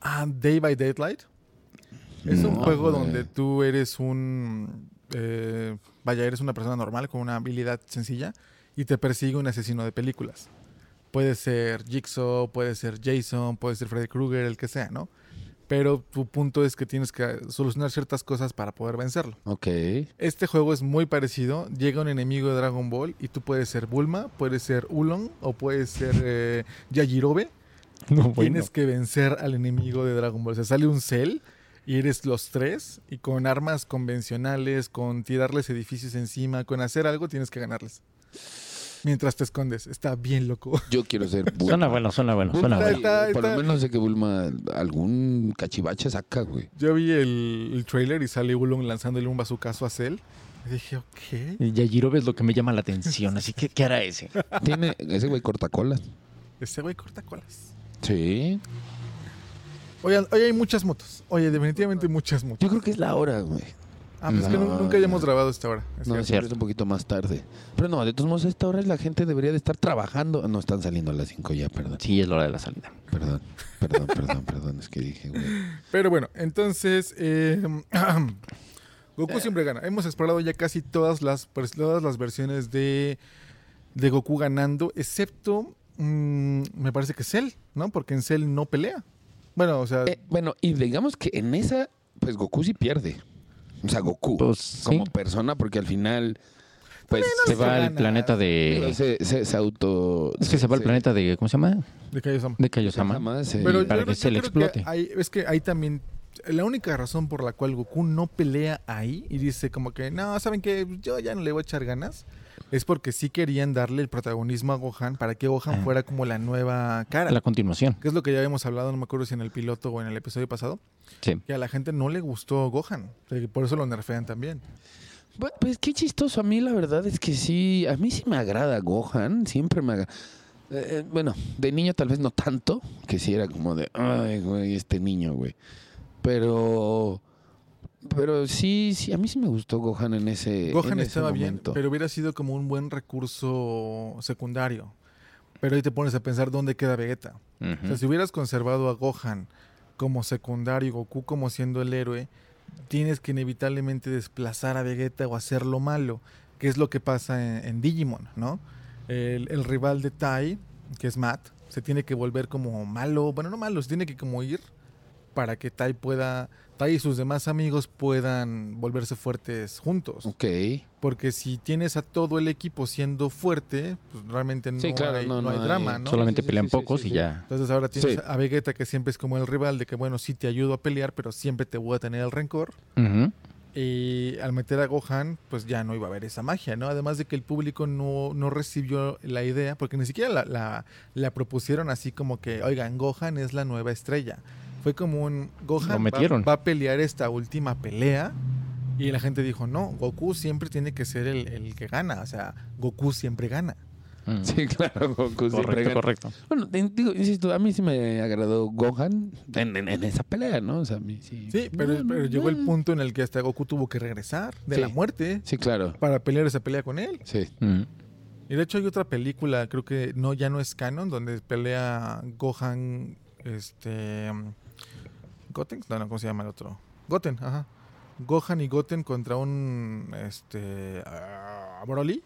[SPEAKER 1] Ah, Day by Daylight. Es un
[SPEAKER 3] No,
[SPEAKER 1] juego
[SPEAKER 3] güey.
[SPEAKER 1] donde tú eres un... eh, vaya, eres una persona normal con una habilidad sencilla y te persigue un asesino de películas. Puede ser Jigsaw, puede ser Jason, puede ser Freddy Krueger, el que sea, ¿no? Pero tu punto es que tienes que solucionar ciertas cosas para poder vencerlo.
[SPEAKER 3] Ok.
[SPEAKER 1] Este juego es muy parecido. Llega un enemigo de Dragon Ball y tú puedes ser Bulma, puedes ser Ulon o puedes ser eh, Yajirobe.
[SPEAKER 2] No, bueno.
[SPEAKER 1] Tienes que vencer al enemigo de Dragon Ball. Se sale un Cell y eres los tres y con armas convencionales, con tirarles edificios encima, con hacer algo tienes que ganarles. Mientras te escondes. Está bien loco. [LAUGHS]
[SPEAKER 3] Yo quiero ser Bulma.
[SPEAKER 2] Suena bueno, suena bueno, suena
[SPEAKER 1] Está-
[SPEAKER 2] bueno.
[SPEAKER 1] está-
[SPEAKER 3] Por lo
[SPEAKER 1] está-
[SPEAKER 3] menos sé que Bulma algún cachivache saca, güey.
[SPEAKER 1] Yo vi el, el trailer y sale Ulon lanzándole un bazucazo a Cell. Y dije, ok.
[SPEAKER 2] Y Yajirobe es lo que me llama la atención, así que ¿qué hará ese?
[SPEAKER 3] Tiene ese güey cortacolas.
[SPEAKER 1] Ese este güey corta colas.
[SPEAKER 3] Sí.
[SPEAKER 1] Oigan, hoy hay muchas motos. Oye, definitivamente muchas motos.
[SPEAKER 3] Yo creo que es la hora, güey.
[SPEAKER 1] Ah, pues es que
[SPEAKER 3] No,
[SPEAKER 1] nu- nunca
[SPEAKER 3] no.
[SPEAKER 1] hayamos grabado esta hora. Es
[SPEAKER 3] No,
[SPEAKER 1] cierto.
[SPEAKER 3] siempre es un poquito más tarde. Pero no, de todos modos, a esta hora la gente debería de estar trabajando. No están saliendo a las 5 ya, perdón.
[SPEAKER 2] Sí, es la hora de la salida.
[SPEAKER 3] Perdón, perdón, perdón, perdón. Es que dije, güey.
[SPEAKER 1] Pero bueno, entonces. eh, [CLEARS THROAT]
[SPEAKER 3] Eh.
[SPEAKER 1] Goku siempre gana. Hemos explorado ya casi todas las, pers- todas las versiones de, de Goku ganando, excepto. mm, me parece que Cell, ¿no? Porque en Cell no pelea. Bueno, o sea.
[SPEAKER 3] Eh, bueno, y digamos que en esa, pues Goku sí pierde. O sea, Goku
[SPEAKER 2] Pues, sí.
[SPEAKER 3] como persona, porque al final, pues
[SPEAKER 2] Se
[SPEAKER 3] se va,
[SPEAKER 2] va al
[SPEAKER 1] ganas.
[SPEAKER 2] planeta
[SPEAKER 3] pero
[SPEAKER 2] de...
[SPEAKER 3] se, se- se auto.
[SPEAKER 2] Es que se va al
[SPEAKER 3] se-
[SPEAKER 2] planeta de... ¿Cómo se llama?
[SPEAKER 1] de Kaiosama.
[SPEAKER 2] De
[SPEAKER 3] se
[SPEAKER 2] Kaiosama.
[SPEAKER 3] llama, se-
[SPEAKER 1] Pero
[SPEAKER 2] para que Cell explote.
[SPEAKER 1] ahí- es que ahí también. La única razón por la cual Goku no pelea ahí y dice como que no, ¿saben que Yo ya no le voy a echar ganas. Es porque sí querían darle el protagonismo a Gohan para que Gohan
[SPEAKER 2] Ah.
[SPEAKER 1] fuera como la nueva cara.
[SPEAKER 2] La continuación.
[SPEAKER 1] que es lo que ya habíamos hablado, no me acuerdo si en el piloto o en el episodio pasado,
[SPEAKER 2] Sí.
[SPEAKER 1] que a la gente no le gustó Gohan, que por eso lo nerfean también.
[SPEAKER 3] Bu- Pues qué chistoso. A mí la verdad es que sí, a mí sí me agrada Gohan, siempre me agrada. bueno, de niño tal vez no tanto, que sí era como de, ay, güey, este niño, güey. Pero, pero sí, sí, a mí sí me gustó Gohan en ese en
[SPEAKER 1] Gohan
[SPEAKER 3] ese
[SPEAKER 1] estaba bien,
[SPEAKER 3] momento.
[SPEAKER 1] pero hubiera sido como un buen recurso secundario. Pero ahí te pones a pensar dónde queda Vegeta. O sea, si hubieras conservado a Gohan como secundario y Goku como siendo el héroe, tienes que inevitablemente desplazar a Vegeta o hacerlo malo, que es lo que pasa en, en Digimon, ¿no? El, el rival de Tai, que es Matt, se tiene que volver como malo, bueno, no malo, se tiene que como ir para que Tai pueda, Tai y sus demás amigos puedan volverse fuertes juntos.
[SPEAKER 3] Ok. [LAUGHS]
[SPEAKER 1] Porque si tienes a todo el equipo siendo fuerte, pues realmente no,
[SPEAKER 3] Sí, claro,
[SPEAKER 1] hay,
[SPEAKER 3] no,
[SPEAKER 1] no
[SPEAKER 3] no
[SPEAKER 1] hay
[SPEAKER 3] hay-
[SPEAKER 1] drama, ¿no?
[SPEAKER 2] Solamente
[SPEAKER 3] Sí, sí,
[SPEAKER 2] pelean
[SPEAKER 3] sí, sí,
[SPEAKER 2] pocos
[SPEAKER 3] sí,
[SPEAKER 2] y
[SPEAKER 3] sí.
[SPEAKER 2] ya.
[SPEAKER 1] Entonces ahora tienes
[SPEAKER 3] Sí.
[SPEAKER 1] a Vegeta que siempre es como el rival de que bueno, sí te ayudo a pelear, pero siempre te voy a tener el rencor.
[SPEAKER 2] Ujú.
[SPEAKER 1] Y al meter a Gohan, pues ya no iba a haber esa magia, ¿no? Además de que el público no, no recibió la idea, porque ni siquiera la, la- la propusieron así como que, oigan, Gohan es la nueva estrella. Fue como un Gohan
[SPEAKER 2] Lo
[SPEAKER 1] va-
[SPEAKER 2] metieron.
[SPEAKER 1] Va, a pelear esta última pelea. Y la gente dijo, no, Goku siempre tiene que ser el, el que gana. O sea, Goku siempre gana.
[SPEAKER 2] Mm.
[SPEAKER 3] Sí, claro, Goku siempre
[SPEAKER 2] Correcto,
[SPEAKER 3] gana.
[SPEAKER 2] correcto.
[SPEAKER 3] Bueno, te- digo, insisto, a mí sí me agradó Gohan en, en- en esa pelea, ¿no? O sea, a mí sí.
[SPEAKER 1] Sí, pero,
[SPEAKER 3] No, no,
[SPEAKER 1] pero llegó el
[SPEAKER 3] no.
[SPEAKER 1] punto en el que hasta Goku tuvo que regresar de
[SPEAKER 3] Sí.
[SPEAKER 1] la muerte
[SPEAKER 3] Sí, claro.
[SPEAKER 1] para pelear esa pelea con él.
[SPEAKER 3] Sí.
[SPEAKER 2] Mm.
[SPEAKER 1] Y de hecho hay otra película, creo que no ya no es canon, donde pelea Gohan, este... mm, Goten, no, no, ¿cómo se llama el otro? Goten, ajá. Gohan y Goten contra un, este... ah, Broly.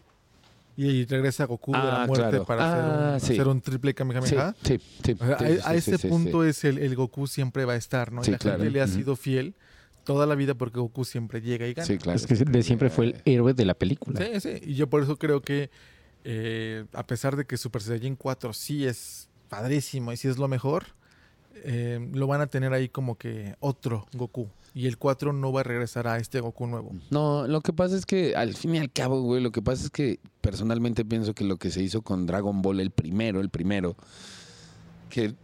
[SPEAKER 1] Y, y regresa Goku de
[SPEAKER 3] Ah,
[SPEAKER 1] la muerte
[SPEAKER 3] claro.
[SPEAKER 1] para hacer un,
[SPEAKER 3] Ah, sí.
[SPEAKER 1] hacer un triple
[SPEAKER 3] Sí,
[SPEAKER 1] Kamehameha.
[SPEAKER 3] sí, sí,
[SPEAKER 1] O sea,
[SPEAKER 3] sí, sí,
[SPEAKER 1] a, a
[SPEAKER 3] sí,
[SPEAKER 1] ese
[SPEAKER 3] sí, sí.
[SPEAKER 1] punto es el, el Goku siempre va a estar, ¿no? y
[SPEAKER 3] Sí,
[SPEAKER 1] la
[SPEAKER 3] claro.
[SPEAKER 1] gente le ha
[SPEAKER 2] Ujú.
[SPEAKER 1] sido fiel toda la vida porque Goku siempre llega y gana.
[SPEAKER 3] Sí, claro.
[SPEAKER 2] Es que eh, de siempre fue el héroe de la película.
[SPEAKER 1] Sí, sí. Y yo por eso creo que, eh, a pesar de que Super Saiyajin 4 sí es padrísimo y sí es lo mejor, eh, lo van a tener ahí como que otro Goku. Y el 4 no va a regresar a este Goku
[SPEAKER 3] Mm,
[SPEAKER 1] nuevo.
[SPEAKER 3] No, lo que pasa es que al fin y al cabo, güey, lo que pasa es que personalmente pienso que lo que se hizo con Dragon Ball, el primero, el primero, que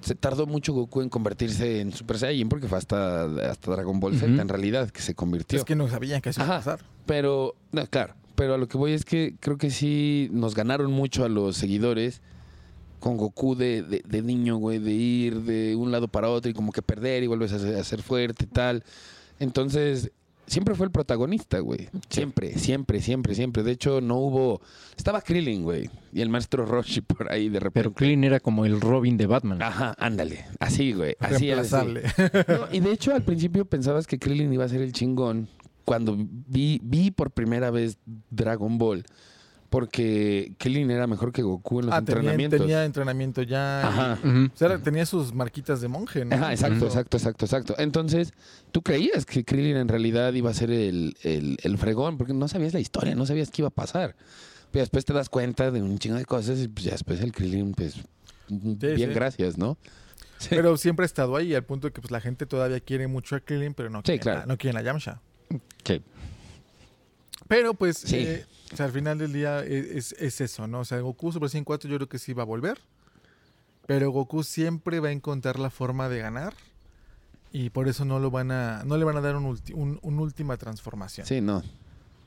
[SPEAKER 3] se tardó mucho Goku en convertirse en Super Saiyan porque fue hasta, hasta Dragon Ball Z
[SPEAKER 2] Ujú.
[SPEAKER 3] en realidad que se convirtió.
[SPEAKER 1] Es que no sabían que eso iba a
[SPEAKER 3] Ajá.
[SPEAKER 1] pasar.
[SPEAKER 3] Pero, no, claro, pero a lo que voy es que creo que sí nos ganaron mucho a los seguidores con Goku de, de- de niño, güey, de ir de un lado para otro y como que perder y vuelves a ser, a ser fuerte y tal. Entonces, siempre fue el protagonista, güey. Siempre, siempre, siempre, siempre. De hecho, no hubo... Estaba Krillin, güey, y el maestro Roshi [LAUGHS] por ahí de repente.
[SPEAKER 2] Pero Krillin era como el Robin de Batman.
[SPEAKER 3] Ajá, ándale. Así, güey. Así, así.
[SPEAKER 1] Reemplazable.
[SPEAKER 3] No, y de hecho, al principio pensabas que Krillin iba a ser el chingón cuando vi, vi por primera vez Dragon Ball. Porque Krillin era mejor que Goku en
[SPEAKER 1] [LAUGHS]
[SPEAKER 3] los
[SPEAKER 1] Ah, tenía,
[SPEAKER 3] entrenamientos.
[SPEAKER 1] tenía entrenamiento ya.
[SPEAKER 3] Ajá.
[SPEAKER 2] Ujú.
[SPEAKER 1] O sea, era- tenía sus marquitas de monje, ¿no?
[SPEAKER 3] Ajá, exacto,
[SPEAKER 1] Eso.
[SPEAKER 3] exacto, exacto, exacto. Entonces, tú creías que Krillin en realidad iba a ser el, el- el fregón, porque no sabías la historia, no sabías qué iba a pasar. Pero después te das cuenta de un chingo de cosas y pues, ya después el Krillin, pues, bien
[SPEAKER 1] sí.
[SPEAKER 3] gracias, ¿no? Sí.
[SPEAKER 1] Pero siempre ha estado ahí, al punto de que pues, la gente todavía quiere mucho a Krillin, pero no
[SPEAKER 3] Sí,
[SPEAKER 1] quieren,
[SPEAKER 3] claro.
[SPEAKER 1] la, no quieren a Yamcha.
[SPEAKER 2] Sí.
[SPEAKER 1] Pero pues,
[SPEAKER 3] Sí.
[SPEAKER 1] eh, o sea, al final del día e- es, es eso, ¿no? O sea, Goku Super Saiyan 4 yo creo que sí va a volver. Pero Goku siempre va a encontrar la forma de ganar. Y por eso no lo van a, no le van a dar un ulti- un- una última transformación.
[SPEAKER 3] Sí, no.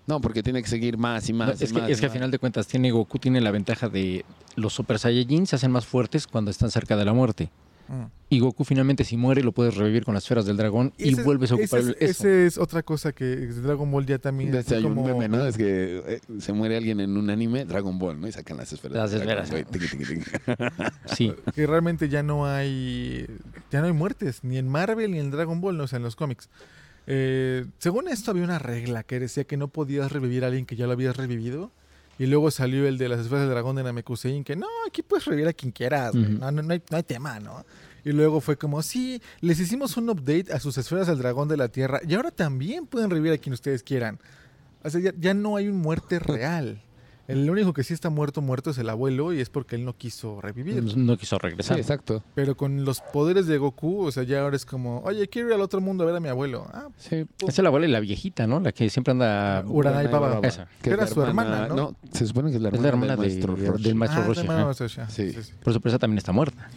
[SPEAKER 3] No, porque tiene que seguir más y más.
[SPEAKER 2] No,
[SPEAKER 3] y
[SPEAKER 2] es que,
[SPEAKER 3] más
[SPEAKER 2] es
[SPEAKER 3] y
[SPEAKER 2] que al
[SPEAKER 3] más.
[SPEAKER 2] final de cuentas tiene Goku tiene la ventaja de los Super Saiyajin se hacen más fuertes cuando están cerca de la muerte.
[SPEAKER 1] Mm.
[SPEAKER 2] Y Goku finalmente si muere lo puedes revivir con las esferas del dragón y,
[SPEAKER 1] Ese-
[SPEAKER 2] vuelves a ocupar
[SPEAKER 1] ese,
[SPEAKER 2] el-
[SPEAKER 1] es-
[SPEAKER 2] eso.
[SPEAKER 1] ese es otra cosa que Dragon Ball ya también es
[SPEAKER 3] Desde hay
[SPEAKER 1] como...
[SPEAKER 3] un meme, ¿no? Es que eh, se muere alguien en un anime, Dragon Ball, ¿no? Y sacan las esferas.
[SPEAKER 2] Las
[SPEAKER 3] de Dragon
[SPEAKER 2] esferas.
[SPEAKER 3] Ball, tiqui, tiqui,
[SPEAKER 1] [LAUGHS]
[SPEAKER 3] tiqui.
[SPEAKER 2] Sí.
[SPEAKER 1] que realmente ya no hay ya no hay muertes ni en Marvel ni en Dragon Ball no o sea en los cómics Eh, según esto había una regla que decía que no podías revivir a alguien que ya lo habías revivido y luego salió el de las esferas del dragón de Namekusein que no aquí puedes revivir a quien quieras güey,
[SPEAKER 2] Ujú.
[SPEAKER 1] no, no- no hay, no hay tema no y luego fue como sí les hicimos un update a sus esferas del dragón de la tierra y ahora también pueden revivir a quien ustedes quieran o sea ya, ya no hay un muerte real el único que sí está muerto muerto es el abuelo y es porque él no quiso revivir
[SPEAKER 2] No quiso
[SPEAKER 3] Sí,
[SPEAKER 2] regresar.
[SPEAKER 3] exacto.
[SPEAKER 1] pero con los poderes de Goku, o sea, ya ahora es como, oye, quiero ir al otro mundo a ver a mi abuelo. Ah, pues,
[SPEAKER 3] Sí.
[SPEAKER 2] es la abuela y la viejita, ¿no? La que siempre anda...
[SPEAKER 1] Uranai Baba.
[SPEAKER 2] Ah, Baba. Esa.
[SPEAKER 1] Era su hermana, ¿no?
[SPEAKER 3] se supone que es la
[SPEAKER 2] Es la hermana
[SPEAKER 3] hermana, del
[SPEAKER 2] de-
[SPEAKER 3] maestro Roshi.
[SPEAKER 2] del maestro
[SPEAKER 1] ah,
[SPEAKER 2] Roshi,
[SPEAKER 1] hermano
[SPEAKER 2] ajá.
[SPEAKER 1] Maestro Roshi, ajá.
[SPEAKER 3] Sí.
[SPEAKER 1] Sí, sí.
[SPEAKER 2] Por sorpresa también está muerta.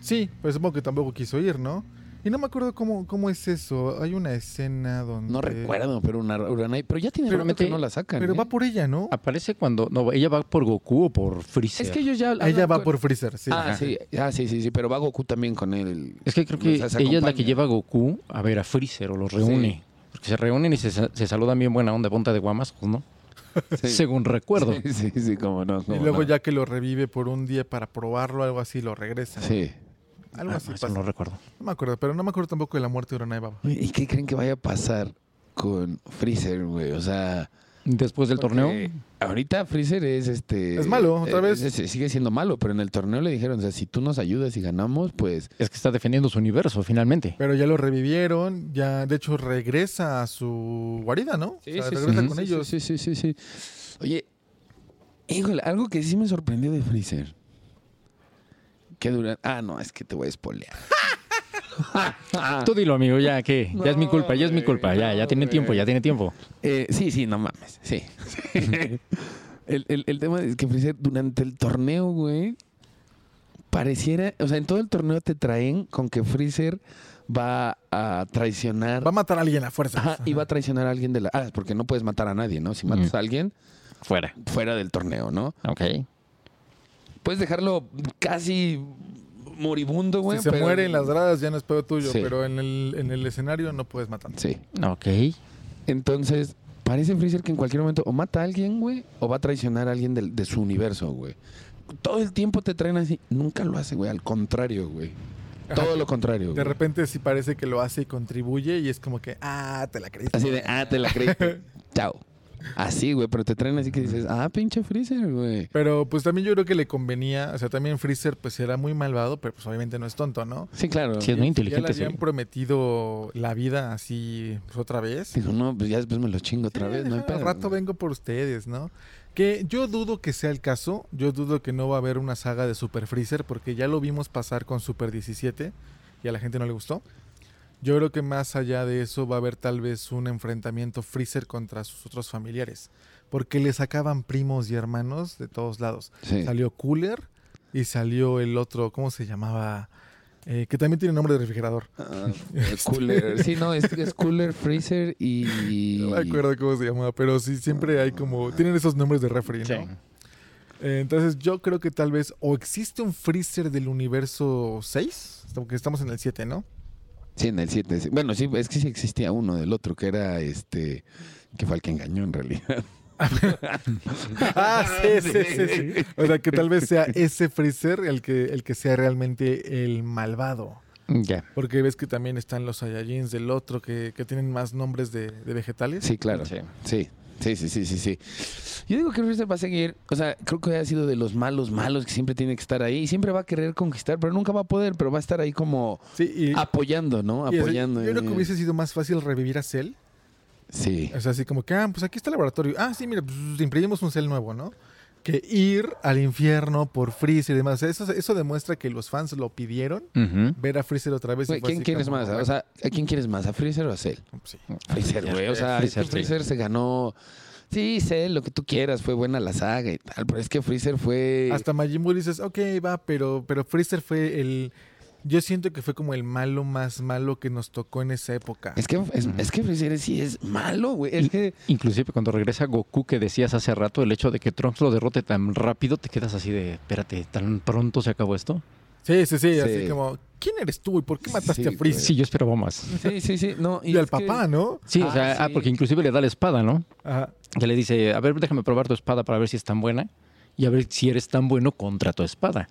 [SPEAKER 1] Sí, pero supongo que tampoco quiso ir, ¿no? Y no me acuerdo cómo, cómo es eso. Hay una escena donde...
[SPEAKER 3] No recuerdo, pero una Uranai. Pero ya tiene
[SPEAKER 2] Pero-
[SPEAKER 3] rato que no la sacan.
[SPEAKER 1] Pero
[SPEAKER 3] ¿eh?
[SPEAKER 1] va por ella, ¿no?
[SPEAKER 2] Aparece cuando... No, ella va por Goku o por Freezer.
[SPEAKER 3] Es que ellos ya.
[SPEAKER 2] Ah,
[SPEAKER 3] hablan
[SPEAKER 1] Ella va
[SPEAKER 3] con-
[SPEAKER 1] por Freezer, sí.
[SPEAKER 3] Ah, sí. Ah, sí, sí, sí. Pero va Goku también con él.
[SPEAKER 2] [LAUGHS] Es que creo que
[SPEAKER 3] O sea, se
[SPEAKER 2] ella es la
[SPEAKER 3] acompaña.
[SPEAKER 2] que lleva a Goku a ver a Freezer o los reúne. Porque se reúnen y se, sa- se saludan bien buena onda, ponta de guamascos, ¿no?
[SPEAKER 3] Sí.
[SPEAKER 2] Según recuerdo.
[SPEAKER 3] Sí, sí, sí, como no.
[SPEAKER 1] Y
[SPEAKER 3] cómo
[SPEAKER 1] luego
[SPEAKER 3] no.
[SPEAKER 1] ya que lo revive por un día para probarlo, algo así, lo regresa.
[SPEAKER 3] Sí.
[SPEAKER 1] [LAUGHS] Algo
[SPEAKER 2] Ah,
[SPEAKER 1] así
[SPEAKER 2] no, eso
[SPEAKER 1] pasa.
[SPEAKER 2] no
[SPEAKER 1] No,
[SPEAKER 2] recuerdo.
[SPEAKER 1] me acuerdo, pero no me acuerdo tampoco de la muerte de Uranai Baba.
[SPEAKER 3] ¿Y qué creen que vaya a pasar con Freezer, güey? O sea.
[SPEAKER 2] Después del
[SPEAKER 3] Porque
[SPEAKER 2] torneo,
[SPEAKER 3] Ahorita Freezer es este.
[SPEAKER 1] Es malo, otra
[SPEAKER 3] eh,
[SPEAKER 1] vez.
[SPEAKER 3] es- sigue siendo malo, pero en el torneo le dijeron: o sea, si tú nos ayudas y ganamos, pues.
[SPEAKER 2] es que está defendiendo su universo finalmente.
[SPEAKER 1] Pero ya lo revivieron, ya de hecho regresa a su guarida, ¿no? o sea, regresa con
[SPEAKER 3] sí,
[SPEAKER 1] ellos.
[SPEAKER 3] Sí, sí, sí, sí. Oye, híjole, algo que sí me sorprendió de Freezer. Que duran. Ah, no, es que te voy a espolear.
[SPEAKER 2] Tú dilo, amigo, ya que ya es mi culpa, ya es mi
[SPEAKER 3] Ah. No,
[SPEAKER 2] culpa, ya, ya
[SPEAKER 3] güey.
[SPEAKER 2] tiene tiempo, ya tiene tiempo.
[SPEAKER 3] Eh, sí, sí, no mames.
[SPEAKER 1] [LAUGHS]
[SPEAKER 3] Sí. el, el- el tema es que Freezer, durante el torneo, güey, pareciera. O sea, en todo el torneo te traen con que Freezer va a traicionar.
[SPEAKER 1] Va a matar a alguien a fuerza.
[SPEAKER 3] Ajá, y va a traicionar a alguien de la. Ah, porque no puedes matar a nadie, ¿no? Si matas
[SPEAKER 2] Mm.
[SPEAKER 3] a alguien,
[SPEAKER 2] Fuera.
[SPEAKER 3] fuera del torneo, ¿no?
[SPEAKER 2] Ok.
[SPEAKER 3] Puedes dejarlo casi moribundo, güey.
[SPEAKER 1] si se
[SPEAKER 3] pero-
[SPEAKER 1] muere en las gradas ya no es pedo tuyo,
[SPEAKER 3] Sí.
[SPEAKER 1] pero en el, en el escenario no puedes matar.
[SPEAKER 3] Sí.
[SPEAKER 2] Ok.
[SPEAKER 3] Entonces, parece Freezer que en cualquier momento o mata a alguien, güey, o va a traicionar a alguien del- de, su universo, güey. Todo el tiempo te traen así. Nunca lo hace, güey. Al contrario, güey. Todo lo contrario.
[SPEAKER 1] De
[SPEAKER 3] güey.
[SPEAKER 1] repente sí parece que lo hace y contribuye y es como que, ah, te la creíste.
[SPEAKER 3] Así de, ah, te la
[SPEAKER 1] [LAUGHS]
[SPEAKER 3] creíste. Chao. Así, güey, pero te traen así que dices, ah, pinche Freezer, güey.
[SPEAKER 1] Pero pues también yo creo que le convenía, o sea, también Freezer pues era muy malvado, pero pues obviamente no es tonto, ¿no?
[SPEAKER 3] Sí, claro.
[SPEAKER 2] Sí, es muy
[SPEAKER 1] Ya le
[SPEAKER 2] inteligente. ese
[SPEAKER 1] habían
[SPEAKER 2] güey.
[SPEAKER 1] prometido la vida así pues, otra vez.
[SPEAKER 3] Dijo, no, pues ya después me lo chingo otra
[SPEAKER 1] Sí,
[SPEAKER 3] vez. No hay
[SPEAKER 1] al
[SPEAKER 3] pedo,
[SPEAKER 1] rato
[SPEAKER 3] güey.
[SPEAKER 1] vengo por ustedes, ¿no? Que yo dudo que sea el caso. Yo dudo que no va a haber una saga de Super Freezer porque ya lo vimos pasar con Super 17 y a la gente no le gustó. Yo creo que más allá de eso va a haber tal vez un enfrentamiento Freezer contra sus otros familiares. Porque le sacaban primos y hermanos de todos lados.
[SPEAKER 3] Sí.
[SPEAKER 1] Salió Cooler y salió el otro, ¿cómo se llamaba? eh, que también tiene nombre de refrigerador.
[SPEAKER 3] Ah, [LAUGHS]
[SPEAKER 4] Cooler. Sí, no, es, es cooler, freezer
[SPEAKER 1] No
[SPEAKER 4] y.
[SPEAKER 1] me acuerdo cómo se llamaba, pero sí, siempre hay como. Tienen esos nombres de refri, ¿no? Eh, entonces, yo creo que tal vez. O existe un freezer del universo 6, porque estamos en el 7, ¿no?
[SPEAKER 3] Sí, en el 7. Bueno, sí, es que sí existía uno del otro, que era este. que fue el que engañó en realidad.
[SPEAKER 1] Ah, sí, sí, sí, sí. O sea, que tal vez sea ese freezer el que, el que sea realmente el malvado.
[SPEAKER 2] Ya.
[SPEAKER 1] Porque ves que también están los Saiyajins del otro que, que tienen más nombres de, de vegetales.
[SPEAKER 3] Sí, claro. Sí. sí. Sí, sí, sí, sí, Yo digo que el Freezer va a seguir, o sea, creo que ha sido de los malos, malos que siempre tiene que estar ahí y siempre va a querer conquistar, pero nunca va a poder, pero va a estar ahí como
[SPEAKER 1] Sí, y,
[SPEAKER 3] apoyando, ¿no?
[SPEAKER 1] y eso-
[SPEAKER 3] Ah, Apoyando.
[SPEAKER 1] yo creo
[SPEAKER 3] eh.
[SPEAKER 1] que hubiese sido más fácil revivir a Cell.
[SPEAKER 3] Sí.
[SPEAKER 1] O sea, así como que, ah, pues aquí está el laboratorio. Ah, sí, mira, pues imprimimos un Cell nuevo, ¿no? Que ir al infierno por Freezer y demás. O sea, Eso, eso demuestra que los fans lo pidieron.
[SPEAKER 2] Ujú.
[SPEAKER 1] Ver a Freezer otra vez. y
[SPEAKER 3] Güey,
[SPEAKER 1] fue
[SPEAKER 3] ¿Quién
[SPEAKER 1] así
[SPEAKER 3] quieres
[SPEAKER 1] como, "Ah, pues
[SPEAKER 3] más? O sea, ¿a quién quieres más? ¿A Freezer o a Cell?
[SPEAKER 1] sí.
[SPEAKER 3] Freezer, güey. O sea,
[SPEAKER 2] Freezer,
[SPEAKER 3] es que Freezer se ganó. Sí, Cell, lo que tú quieras, fue buena la saga y tal, pero es que Freezer fue.
[SPEAKER 1] Hasta Majin Buu dices, ok, va, pero, pero Freezer fue el... Yo siento que fue como el malo más malo que nos tocó en esa época.
[SPEAKER 3] Es que, es, es que Freezer sí es malo, güey. Es que.
[SPEAKER 2] Inclusive cuando regresa Goku, que decías hace rato, el hecho de que Trunks lo derrote tan rápido, te quedas así de, espérate, ¿tan pronto se acabó esto?
[SPEAKER 1] Sí, sí, sí, así
[SPEAKER 3] Sí.
[SPEAKER 1] como, ¿quién eres tú y por qué mataste
[SPEAKER 3] Sí,
[SPEAKER 1] a Freezer?
[SPEAKER 2] Sí, yo esperaba más.
[SPEAKER 3] [LAUGHS] Sí, sí, sí. No,
[SPEAKER 1] Y, al
[SPEAKER 3] es que-
[SPEAKER 1] papá, ¿no?
[SPEAKER 2] Sí, o
[SPEAKER 3] Ah,
[SPEAKER 2] sea, ah,
[SPEAKER 3] sí.
[SPEAKER 2] porque inclusive le da la espada, ¿no?
[SPEAKER 1] Ajá.
[SPEAKER 2] Que le dice, a ver, déjame probar tu espada para ver si es tan buena y a ver si eres tan bueno contra tu espada.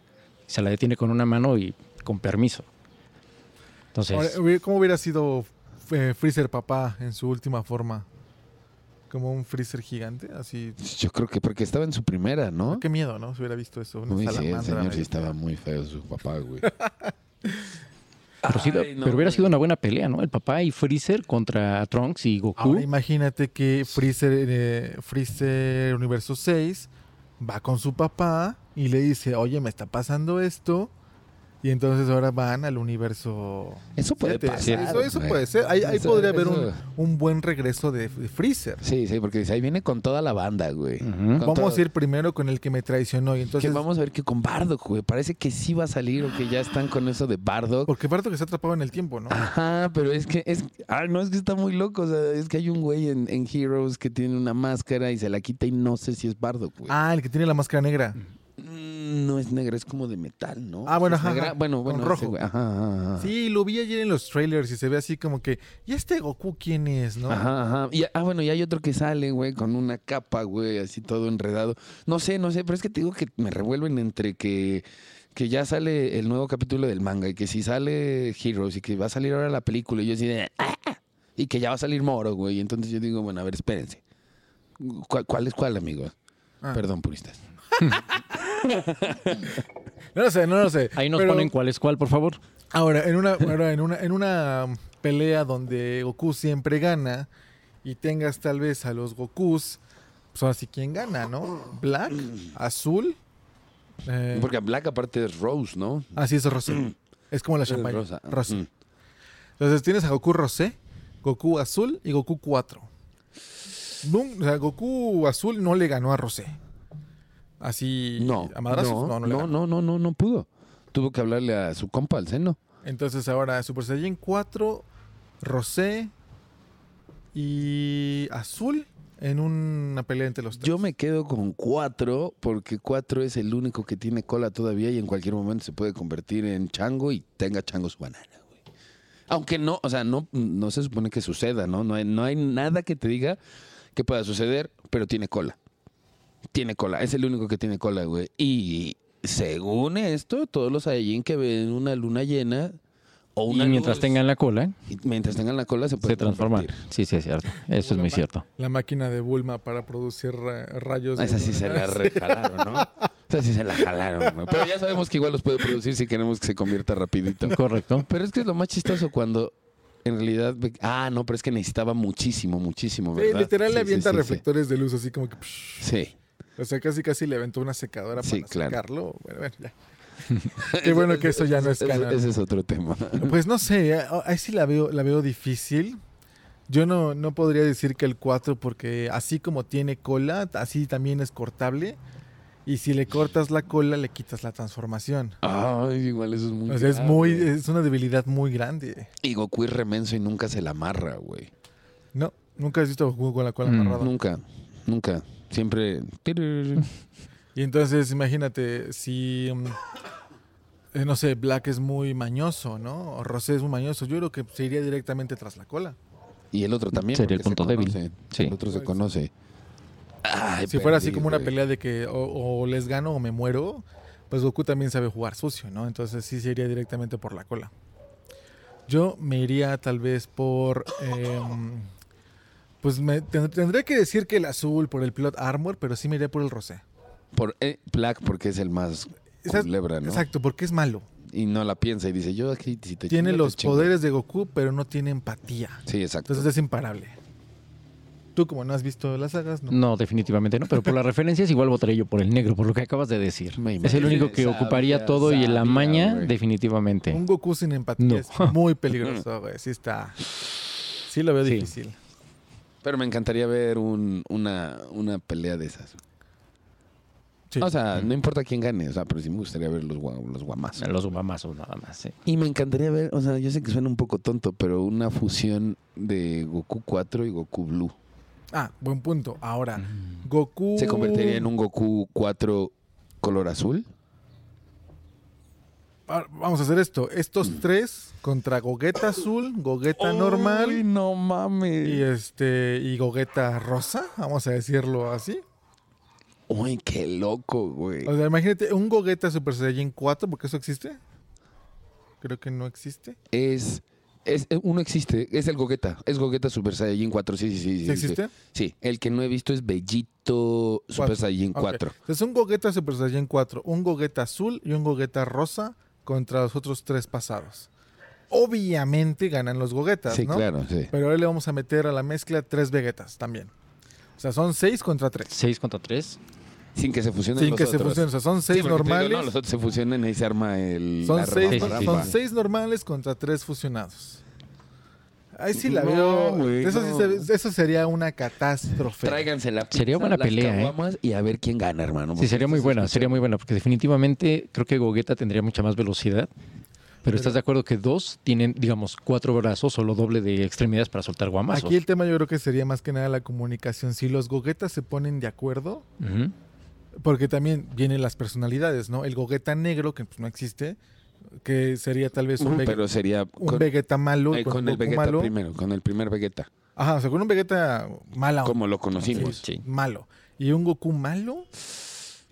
[SPEAKER 2] Se la detiene con una mano y con permiso.
[SPEAKER 1] Ahora,
[SPEAKER 3] uh,
[SPEAKER 2] Entonces,
[SPEAKER 1] hubiera- ¿Cómo hubiera sido eh, Freezer papá en su última forma? Como un Freezer gigante, así...
[SPEAKER 3] Yo creo que porque estaba en su primera, ¿no?
[SPEAKER 1] Qué miedo, ¿no? Se hubiera visto eso. Una
[SPEAKER 3] Uy, sí, el
[SPEAKER 1] salamandra,
[SPEAKER 3] señor sí
[SPEAKER 1] medio-
[SPEAKER 3] estaba muy feo su papá, güey.
[SPEAKER 2] pero, sí-
[SPEAKER 3] Ay, no,
[SPEAKER 2] pero hubiera
[SPEAKER 3] güey.
[SPEAKER 2] sido una buena pelea, ¿no? El papá y Freezer contra Trunks y Goku.
[SPEAKER 1] Ahora imagínate que Freezer, eh, Freezer Universo 6 va con su papá y le dice, oye, me está pasando esto. Y entonces ahora van al universo...
[SPEAKER 3] Eso puede
[SPEAKER 1] siete.
[SPEAKER 3] pasar.
[SPEAKER 1] Eso, eso
[SPEAKER 3] güey.
[SPEAKER 1] puede ser. Ahí, ahí
[SPEAKER 3] Eso-
[SPEAKER 1] podría haber un,
[SPEAKER 3] eso-
[SPEAKER 1] un buen regreso de, de Freezer.
[SPEAKER 3] Sí, sí, porque dice, ahí viene con toda la banda, güey.
[SPEAKER 2] Ujú.
[SPEAKER 3] Con todo.
[SPEAKER 1] Vamos a ir primero con el que me traicionó. Y
[SPEAKER 3] Que
[SPEAKER 1] Mm. entonces...
[SPEAKER 3] vamos a ver que con Bardock, güey. Parece que sí va a salir o que ya están con eso de Bardock.
[SPEAKER 1] Porque que está atrapado en el tiempo, ¿no?
[SPEAKER 3] Ajá, pero es que es, ah, no es que está muy loco, o sea, es que hay un güey en, en Heroes que tiene una máscara y se la quita y no sé si es Bardock, güey.
[SPEAKER 1] Ah, el que tiene la máscara negra.
[SPEAKER 3] Mm, No es negra, es como de metal, ¿no?
[SPEAKER 1] Ah, bueno,
[SPEAKER 3] Es
[SPEAKER 1] ajá,
[SPEAKER 3] negra-
[SPEAKER 1] ajá,
[SPEAKER 3] Bueno,
[SPEAKER 1] con
[SPEAKER 3] bueno, ese
[SPEAKER 1] rojo.
[SPEAKER 3] güey, Ajá, ajá, ajá.
[SPEAKER 1] Sí, lo vi ayer en los trailers y se ve así como que, ¿y este Goku quién es, no?
[SPEAKER 3] Ajá, ajá. Y, ah, bueno, y hay otro que sale, güey, con una capa, güey, así todo enredado. No sé, no sé, pero es que te digo que me revuelven entre que, que ya sale el nuevo capítulo del manga y que si sale Heroes y que va a salir ahora la película y yo así de... "Ah", Y que ya va a salir Moro, güey. Y entonces yo digo, bueno, a ver, espérense. ¿Cuál, cuál es cuál, amigos?
[SPEAKER 1] Ah.
[SPEAKER 3] Perdón, puristas.
[SPEAKER 1] No lo sé, no lo sé.
[SPEAKER 2] Ahí nos
[SPEAKER 1] Pero
[SPEAKER 2] ponen cuál es cuál, por favor.
[SPEAKER 1] Ahora, en una, ahora, en una, en una um, pelea donde Goku siempre gana y tengas tal vez a los Gokus, pues ahora sí, ¿quién gana, no? ¿Black? ¿Azul? Eh,
[SPEAKER 3] Porque Black aparte es Rose, ¿no?
[SPEAKER 1] así es Rosé. Es como la champaña.
[SPEAKER 3] Rosa.
[SPEAKER 1] Rosé.
[SPEAKER 3] Mm.
[SPEAKER 1] Entonces tienes a Goku Rosé, Goku Azul y Goku 4. Nun- o sea, Goku Azul no le ganó a Rosé. Así
[SPEAKER 3] No,
[SPEAKER 1] a madrazos
[SPEAKER 3] no,
[SPEAKER 1] no, no le
[SPEAKER 3] no,
[SPEAKER 1] ganó.
[SPEAKER 3] no, no, no, no pudo. Tuvo que hablarle a su compa, al seno.
[SPEAKER 1] Entonces ahora Super Saiyan 4, Rosé y Azul en una pelea entre los tres.
[SPEAKER 3] Yo me quedo con cuatro, porque cuatro es el único que tiene cola todavía y en cualquier momento se puede convertir en chango y tenga chango su banana, güey. Aunque no, o sea, no, no se supone que suceda, ¿no? No hay, no hay nada que te diga que pueda suceder, pero tiene cola. Tiene cola, es el único que tiene cola, güey. Y según esto, todos los Saiyajin que ven una luna llena o
[SPEAKER 2] Y
[SPEAKER 3] una
[SPEAKER 2] mientras
[SPEAKER 3] luz,
[SPEAKER 2] tengan la cola,
[SPEAKER 3] y mientras tengan la cola se pueden
[SPEAKER 2] se transforman.
[SPEAKER 3] convertir.
[SPEAKER 2] Sí, sí, es cierto. Eso es muy cierto.
[SPEAKER 1] La máquina de Bulma para producir ra- rayos.
[SPEAKER 3] Ah,
[SPEAKER 1] de
[SPEAKER 3] Esa sí se [LAUGHS] la rejalaron, ¿no? Esa sí se la jalaron, güey. Pero ya sabemos que igual los puede producir si queremos que se convierta rapidito. [LAUGHS]
[SPEAKER 2] Correcto.
[SPEAKER 3] Pero es que es lo más chistoso cuando en realidad... ve- Ah, no, pero es que necesitaba muchísimo, muchísimo,
[SPEAKER 1] Sí,
[SPEAKER 3] ¿verdad?
[SPEAKER 1] literal
[SPEAKER 3] Sí,
[SPEAKER 1] le
[SPEAKER 3] sí,
[SPEAKER 1] avienta
[SPEAKER 3] sí, sí.
[SPEAKER 1] reflectores de luz así como que... psh.
[SPEAKER 3] Sí.
[SPEAKER 1] O sea, casi casi le aventó una secadora
[SPEAKER 3] Sí,
[SPEAKER 1] para
[SPEAKER 3] claro.
[SPEAKER 1] sacarlo. Bueno, bueno,
[SPEAKER 3] [LAUGHS]
[SPEAKER 1] ya. Qué bueno que eso ya no es
[SPEAKER 3] Ese-
[SPEAKER 1] canon.
[SPEAKER 3] Ese es otro tema.
[SPEAKER 1] [LAUGHS] Pues no sé, a- ahí sí la veo, la veo difícil. Yo no, no podría decir que el 4, porque así como tiene cola, así también es cortable. Y si le cortas la cola, le quitas la transformación.
[SPEAKER 3] Ay, igual eso es Ah, muy.
[SPEAKER 1] O sea, es
[SPEAKER 3] grave.
[SPEAKER 1] muy, es una debilidad muy grande.
[SPEAKER 3] Y Goku es remenso y nunca se la amarra, güey.
[SPEAKER 1] No, nunca has visto a Goku con la cola
[SPEAKER 2] Mm,
[SPEAKER 1] amarrada.
[SPEAKER 3] Nunca, nunca. Siempre.
[SPEAKER 1] Y entonces, imagínate, si. mm, eh, no sé, Black es muy mañoso, ¿no? O Rosé es muy mañoso. Yo creo que se iría directamente tras la cola.
[SPEAKER 3] Y el otro también.
[SPEAKER 2] Sería el
[SPEAKER 3] porque se
[SPEAKER 2] punto débil.
[SPEAKER 3] conoce.
[SPEAKER 2] Sí.
[SPEAKER 3] El otro se conoce. Ay,
[SPEAKER 1] si fuera así
[SPEAKER 3] perdí,
[SPEAKER 1] como una
[SPEAKER 3] güey.
[SPEAKER 1] pelea de que o, o les gano o me muero, pues Goku también sabe jugar sucio, ¿no? Entonces sí se iría directamente por la cola. Yo me iría tal vez por... em, pues me, ten- tendría que decir que el azul por el Plot Armor, pero sí me iría por el rosé.
[SPEAKER 3] Por eh, Black, porque es el más
[SPEAKER 1] Esas-
[SPEAKER 3] culebra, ¿no?
[SPEAKER 1] Exacto, porque es malo.
[SPEAKER 3] Y no la piensa y dice, yo aquí si te
[SPEAKER 1] Tiene
[SPEAKER 3] chingo, te
[SPEAKER 1] los
[SPEAKER 3] chingo.
[SPEAKER 1] poderes de Goku, pero no tiene empatía.
[SPEAKER 3] Sí, exacto.
[SPEAKER 1] Entonces es imparable. Tú como no has visto las sagas, no.
[SPEAKER 2] No, definitivamente no, pero por las referencias igual votaré yo por el negro, por lo que acabas de decir.
[SPEAKER 3] Me
[SPEAKER 2] Es el
[SPEAKER 3] imagino.
[SPEAKER 2] único que
[SPEAKER 3] Sabía,
[SPEAKER 2] ocuparía todo y la
[SPEAKER 3] sabía,
[SPEAKER 2] maña,
[SPEAKER 3] güey.
[SPEAKER 2] definitivamente.
[SPEAKER 1] Un Goku sin empatía
[SPEAKER 2] No.
[SPEAKER 1] es
[SPEAKER 3] [LAUGHS]
[SPEAKER 1] muy peligroso, güey. Sí está... Sí lo veo
[SPEAKER 2] Sí.
[SPEAKER 1] difícil.
[SPEAKER 3] Pero me encantaría ver un- una, una pelea de esas.
[SPEAKER 1] Sí.
[SPEAKER 3] O sea, no importa quién gane, o sea, pero sí me gustaría ver los, gua- los guamazos.
[SPEAKER 2] Los mamazos nada más. ¿eh? sí.
[SPEAKER 3] Y me encantaría ver, o sea, yo sé que suena un poco tonto, pero una fusión de Goku 4 y Goku Blue.
[SPEAKER 1] Ah, buen punto. Ahora, Goku.
[SPEAKER 3] ¿Se convertiría en un Goku 4 color azul?
[SPEAKER 1] Ah, Vamos a hacer esto.
[SPEAKER 3] Mm.
[SPEAKER 1] Estos tres contra Gogeta azul, Gogeta normal
[SPEAKER 3] no mames.
[SPEAKER 1] y este y Gogeta rosa, vamos a decirlo así.
[SPEAKER 3] Uy, qué loco, güey.
[SPEAKER 1] O sea, imagínate un Gogeta Super Saiyajin 4, porque eso existe. Creo que no existe.
[SPEAKER 3] Es, es, eh, uno existe, es el Gogeta, es Gogeta Super Saiyajin 4, sí, sí, sí. sí,
[SPEAKER 1] ¿Sí
[SPEAKER 3] sí.
[SPEAKER 1] existe?
[SPEAKER 3] Sí, el que no he visto es Bellito
[SPEAKER 1] Cuatro.
[SPEAKER 3] Super Saiyajin
[SPEAKER 1] Ok.
[SPEAKER 3] 4.
[SPEAKER 1] Entonces un Gogeta Super Saiyajin 4, un Gogeta azul y un Gogeta rosa contra los otros tres pasados. Obviamente ganan los Gogetas,
[SPEAKER 3] Sí,
[SPEAKER 1] ¿no?
[SPEAKER 3] claro, sí.
[SPEAKER 1] Pero ahora le vamos a meter a la mezcla tres Vegetas también. O sea, son seis contra tres.
[SPEAKER 2] Seis contra tres.
[SPEAKER 3] Sin que se fusionen
[SPEAKER 1] Sin
[SPEAKER 3] los
[SPEAKER 1] que se
[SPEAKER 3] otros.
[SPEAKER 1] fusionen. O sea, son
[SPEAKER 3] Sí,
[SPEAKER 1] seis
[SPEAKER 3] porque te digo,
[SPEAKER 1] normales.
[SPEAKER 3] no, los otros se fusionan y se arma el...
[SPEAKER 1] son,
[SPEAKER 3] la
[SPEAKER 1] seis,
[SPEAKER 2] rebarba.
[SPEAKER 1] son
[SPEAKER 3] rebarba.
[SPEAKER 1] seis normales contra tres fusionados. Ahí sí la
[SPEAKER 3] No,
[SPEAKER 1] veo.
[SPEAKER 3] güey,
[SPEAKER 1] eso, sí
[SPEAKER 3] no.
[SPEAKER 1] se- eso sería una catástrofe.
[SPEAKER 3] Tráiganse la
[SPEAKER 2] Sería buena
[SPEAKER 3] las
[SPEAKER 2] pelea, ¿eh?
[SPEAKER 3] caguamas Y a ver quién gana, hermano.
[SPEAKER 2] Sí, sería muy buena, sería muy buena, porque definitivamente creo que Gogeta tendría mucha más velocidad. Pero estás de acuerdo que dos tienen, digamos, cuatro brazos o lo doble de extremidades para soltar guamazos.
[SPEAKER 1] Aquí el tema yo creo que sería más que nada la comunicación. Si los goguetas se ponen de acuerdo,
[SPEAKER 2] Ujú.
[SPEAKER 1] porque también vienen las personalidades, ¿no? El gogeta negro, que pues, no existe, que sería tal vez un,
[SPEAKER 3] Uy,
[SPEAKER 1] Vege-
[SPEAKER 3] pero sería
[SPEAKER 1] un
[SPEAKER 3] con,
[SPEAKER 1] Vegeta malo.
[SPEAKER 3] eh,
[SPEAKER 1] con
[SPEAKER 3] con el
[SPEAKER 1] Goku
[SPEAKER 3] Vegeta
[SPEAKER 1] malo.
[SPEAKER 3] primero, con el primer Vegeta,
[SPEAKER 1] Ajá, o sea, con un Vegeta mala onda,
[SPEAKER 3] como lo conocimos.
[SPEAKER 2] Sí.
[SPEAKER 1] malo. Y un Goku malo,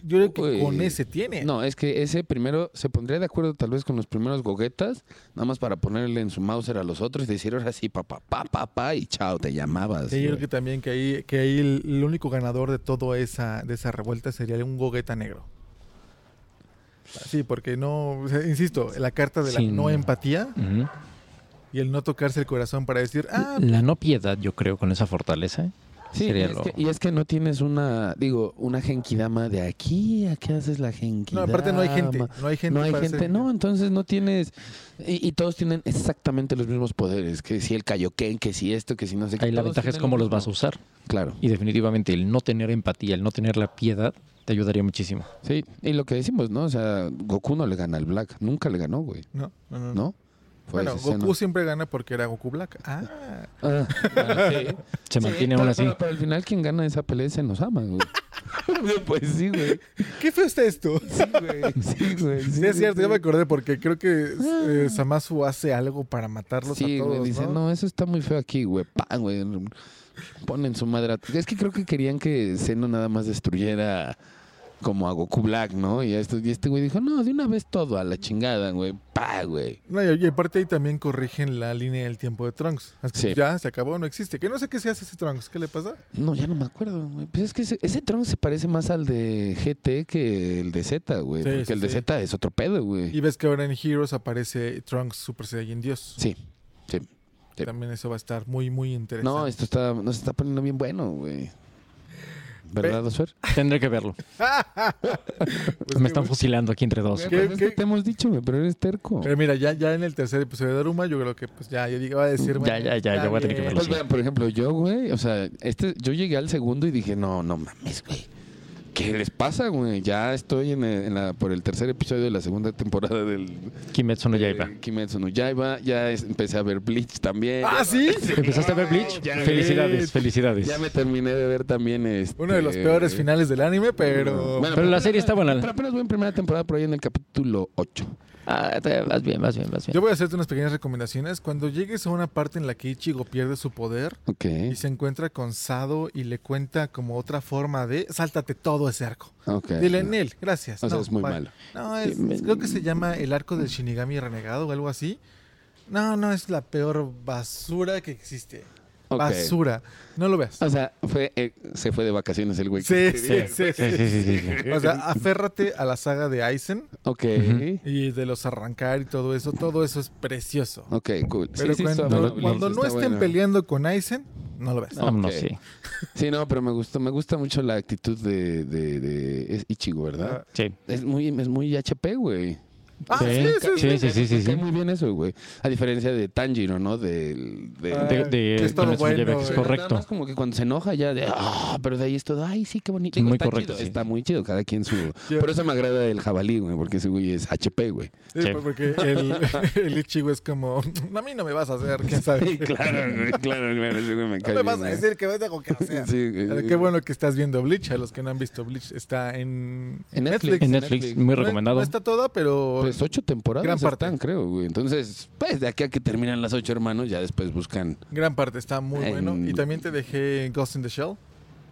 [SPEAKER 1] yo creo que
[SPEAKER 3] Uy.
[SPEAKER 1] con ese tiene.
[SPEAKER 3] No, es que ese primero se pondría de acuerdo tal vez con los primeros goguetas, nada más para ponerle en su Mauser a los otros y decir ahora sí, papá, papá, papá, y chao, te llamabas.
[SPEAKER 1] Sí, yo creo
[SPEAKER 3] güey.
[SPEAKER 1] que también que ahí, que ahí el, el único ganador de toda esa, de esa revuelta sería un Gogeta negro. Sí, porque no, o sea, insisto, la carta de la
[SPEAKER 2] Sí,
[SPEAKER 1] no
[SPEAKER 2] no.
[SPEAKER 1] empatía
[SPEAKER 2] Ujú.
[SPEAKER 1] y el no tocarse el corazón para decir, ah,
[SPEAKER 2] La no piedad, yo creo, con esa fortaleza. ¿eh?
[SPEAKER 3] Sí,
[SPEAKER 2] Sería
[SPEAKER 3] y es
[SPEAKER 2] lo-
[SPEAKER 3] que, y es que no tienes una, digo, una genkidama de aquí, ¿a qué haces la
[SPEAKER 1] no,
[SPEAKER 3] genkidama?
[SPEAKER 1] aparte no hay gente, no hay gente.
[SPEAKER 3] no hay
[SPEAKER 1] para hacer-
[SPEAKER 3] gente, no, entonces no tienes... Y, y todos tienen exactamente los mismos poderes, que si el Kaioken, que si esto, que si no sé qué.
[SPEAKER 2] Ahí la
[SPEAKER 3] todos
[SPEAKER 2] ventaja es
[SPEAKER 3] tienen
[SPEAKER 2] cómo
[SPEAKER 3] lo
[SPEAKER 2] los vas a
[SPEAKER 3] mismo.
[SPEAKER 2] usar.
[SPEAKER 3] Claro,
[SPEAKER 2] Y definitivamente el no tener empatía, el no tener la piedad, te ayudaría muchísimo.
[SPEAKER 3] sí, y lo que decimos, ¿no? O sea, Goku no le gana al Black, nunca le ganó, güey,
[SPEAKER 1] No, no, no.
[SPEAKER 3] ¿no? Fue
[SPEAKER 1] Bueno,
[SPEAKER 3] ese
[SPEAKER 1] Goku
[SPEAKER 3] seno.
[SPEAKER 1] siempre gana porque era Goku
[SPEAKER 3] [LAUGHS]
[SPEAKER 1] Black. Ah,
[SPEAKER 3] Ah, bueno, sí.
[SPEAKER 2] Se
[SPEAKER 3] Sí,
[SPEAKER 2] mantiene
[SPEAKER 3] pero-
[SPEAKER 2] aún así.
[SPEAKER 3] Pero, pero al final quien gana esa pelea es nos ama,
[SPEAKER 1] [LAUGHS]
[SPEAKER 3] güey. pues sí, güey.
[SPEAKER 1] ¿qué fue está esto?
[SPEAKER 3] Sí, güey. Sí, güey.
[SPEAKER 1] [LAUGHS] Sí, es cierto, yo me acordé porque creo que eh, Zamasu hace algo para matarlos a
[SPEAKER 3] Sí,
[SPEAKER 1] todos.
[SPEAKER 3] güey, dice,
[SPEAKER 1] ¿no?
[SPEAKER 3] ¿no? eso está muy feo aquí, güey. Pan, güey. Ponen su madre. a- Es que creo que querían que Zeno nada más destruyera como a Goku Black, ¿no? Y, esto, y este güey dijo, no, de una vez todo, a la chingada, güey. Pa, güey.
[SPEAKER 1] No, y, y aparte ahí también corrigen la línea del tiempo de Trunks. Es que
[SPEAKER 3] Sí.
[SPEAKER 1] Ya se acabó, no existe. Que no sé qué se hace ese Trunks. ¿Qué le pasa?
[SPEAKER 3] No, ya no me acuerdo, güey. Pues es que ese, ese Trunks se parece más al de GT que el de Z, güey.
[SPEAKER 1] Sí,
[SPEAKER 3] porque
[SPEAKER 1] sí,
[SPEAKER 3] el de
[SPEAKER 1] sí.
[SPEAKER 3] Z es otro pedo, güey.
[SPEAKER 1] Y ves que ahora en Heroes aparece Trunks Super Saiyajin Dios.
[SPEAKER 3] Sí, sí. sí.
[SPEAKER 1] También eso va a estar muy, muy interesante.
[SPEAKER 3] No, esto está, nos está poniendo bien bueno, güey. ¿Verdad, Osfer?
[SPEAKER 2] Tendré que verlo.
[SPEAKER 1] Pues
[SPEAKER 2] Me
[SPEAKER 1] qué
[SPEAKER 2] están
[SPEAKER 1] bueno.
[SPEAKER 2] fusilando aquí entre dos.
[SPEAKER 1] ¿Qué?
[SPEAKER 3] Pues es que te hemos dicho, güey, pero eres terco.
[SPEAKER 1] Pero mira, ya, ya en el tercer episodio de Daruma, yo creo que pues ya, ya digo, va a decir...
[SPEAKER 2] Ya,
[SPEAKER 1] bueno,
[SPEAKER 2] ya, ya,
[SPEAKER 1] está
[SPEAKER 2] ya voy a tener que
[SPEAKER 1] bien.
[SPEAKER 2] verlo.
[SPEAKER 3] Pues vean, por ejemplo, yo, güey, o sea, este, yo llegué al segundo y dije, no, no mames, güey. ¿Qué les pasa, güey? Ya estoy en, el- en la, por el tercer episodio de la segunda temporada del
[SPEAKER 2] Kimetsu no Yaiba.
[SPEAKER 3] de Kimetsu no Yaiba. Ya es- empecé a ver Bleach también.
[SPEAKER 1] ¿Ah,
[SPEAKER 3] ya,
[SPEAKER 1] sí?
[SPEAKER 2] ¿Empezaste a ver Bleach?
[SPEAKER 3] Ya
[SPEAKER 2] Felicidades, felicidades.
[SPEAKER 3] ya me terminé de ver también este...
[SPEAKER 1] Uno de los peores finales del anime, pero...
[SPEAKER 3] Bueno,
[SPEAKER 2] Pero la serie está buena.
[SPEAKER 3] Pero apenas voy en primera temporada por ahí en el capítulo 8.
[SPEAKER 2] Ah, vas bien, vas bien, vas bien.
[SPEAKER 1] Yo voy a hacerte unas pequeñas recomendaciones. Cuando llegues a una parte en la que Ichigo pierde su poder
[SPEAKER 3] Ok.
[SPEAKER 1] y se encuentra con Sado y le cuenta como otra forma de... Sáltate todo ese arco.
[SPEAKER 3] Ok.
[SPEAKER 1] Dile, Nel, gracias.
[SPEAKER 3] O sea, es muy
[SPEAKER 1] bye".
[SPEAKER 3] malo.
[SPEAKER 1] No, es-
[SPEAKER 3] Sí, me-
[SPEAKER 1] es- creo que se llama el arco del Shinigami renegado o algo así. No, no, es la peor basura que existe.
[SPEAKER 3] Ok. Ah,
[SPEAKER 1] Basura. No lo veas.
[SPEAKER 3] O sea, fue, eh, se fue de vacaciones el güey.
[SPEAKER 1] Sí, sí, sí,
[SPEAKER 2] Sí,
[SPEAKER 1] sí.
[SPEAKER 2] sí, sí, sí, sí.
[SPEAKER 1] O [LAUGHS] sea, aférrate a la saga de Aizen
[SPEAKER 3] Ok.
[SPEAKER 1] y de los arrancar y todo eso. Todo eso es precioso.
[SPEAKER 3] Ok, cool.
[SPEAKER 1] Pero
[SPEAKER 3] Sí, sí, está
[SPEAKER 1] cuando,
[SPEAKER 3] bueno, Bleach,
[SPEAKER 1] cuando no
[SPEAKER 3] está
[SPEAKER 1] estén
[SPEAKER 3] bueno.
[SPEAKER 1] peleando con Aizen, no lo veas.
[SPEAKER 3] No.
[SPEAKER 2] Vámonos,
[SPEAKER 3] Ok.
[SPEAKER 2] Ah, sí.
[SPEAKER 3] Sí, no, pero me gustó, me gusta mucho la actitud de, de, de- es Ichigo, ¿verdad?
[SPEAKER 2] Sí.
[SPEAKER 3] Es muy, es muy HP, güey.
[SPEAKER 1] Ah, sí, sí, sí.
[SPEAKER 2] sí, sí, sí, sí,
[SPEAKER 3] Me
[SPEAKER 2] sí.
[SPEAKER 3] cae muy bien eso, güey. A diferencia de Tanjiro, ¿no? Del- De,
[SPEAKER 1] Ah,
[SPEAKER 2] De, de
[SPEAKER 1] que es todo
[SPEAKER 2] Kimetsu no Yaiba,
[SPEAKER 1] bueno,
[SPEAKER 2] que es
[SPEAKER 1] eh.
[SPEAKER 3] Nada
[SPEAKER 2] correcto.
[SPEAKER 3] más como que cuando se enoja ya de, ah, pero de ahí es todo, ay, sí, qué bonito.
[SPEAKER 2] Muy
[SPEAKER 3] está
[SPEAKER 2] correcto,
[SPEAKER 3] chido,
[SPEAKER 2] sí.
[SPEAKER 3] Está muy chido, cada quien su... Por eso me agrada el jabalí, güey, porque ese güey es HP, güey.
[SPEAKER 1] Sí,
[SPEAKER 2] Sí.
[SPEAKER 1] Porque el, [LAUGHS] el Ichigo es como, a mí no me vas a hacer, quién sabe. [LAUGHS]
[SPEAKER 3] claro, güey, claro, claro, ese güey me
[SPEAKER 1] No
[SPEAKER 3] cae
[SPEAKER 1] me
[SPEAKER 3] bien,
[SPEAKER 1] vas a
[SPEAKER 3] güey.
[SPEAKER 1] decir que me tengo que hacer.
[SPEAKER 3] Sí, güey.
[SPEAKER 1] Pero Qué bueno que estás viendo Bleach. A los que no han visto Bleach, está en,
[SPEAKER 3] En Netflix.
[SPEAKER 2] En Netflix, muy
[SPEAKER 1] No-
[SPEAKER 2] recomendado.
[SPEAKER 1] No está toda, pero
[SPEAKER 3] Pues ocho temporadas
[SPEAKER 1] Gran parte.
[SPEAKER 3] están, creo, güey. Entonces, pues de aquí a que terminan las ocho, hermanos, ya después buscan...
[SPEAKER 1] gran parte está muy
[SPEAKER 3] En-
[SPEAKER 1] bueno. Y también te dejé Ghost in the Shell.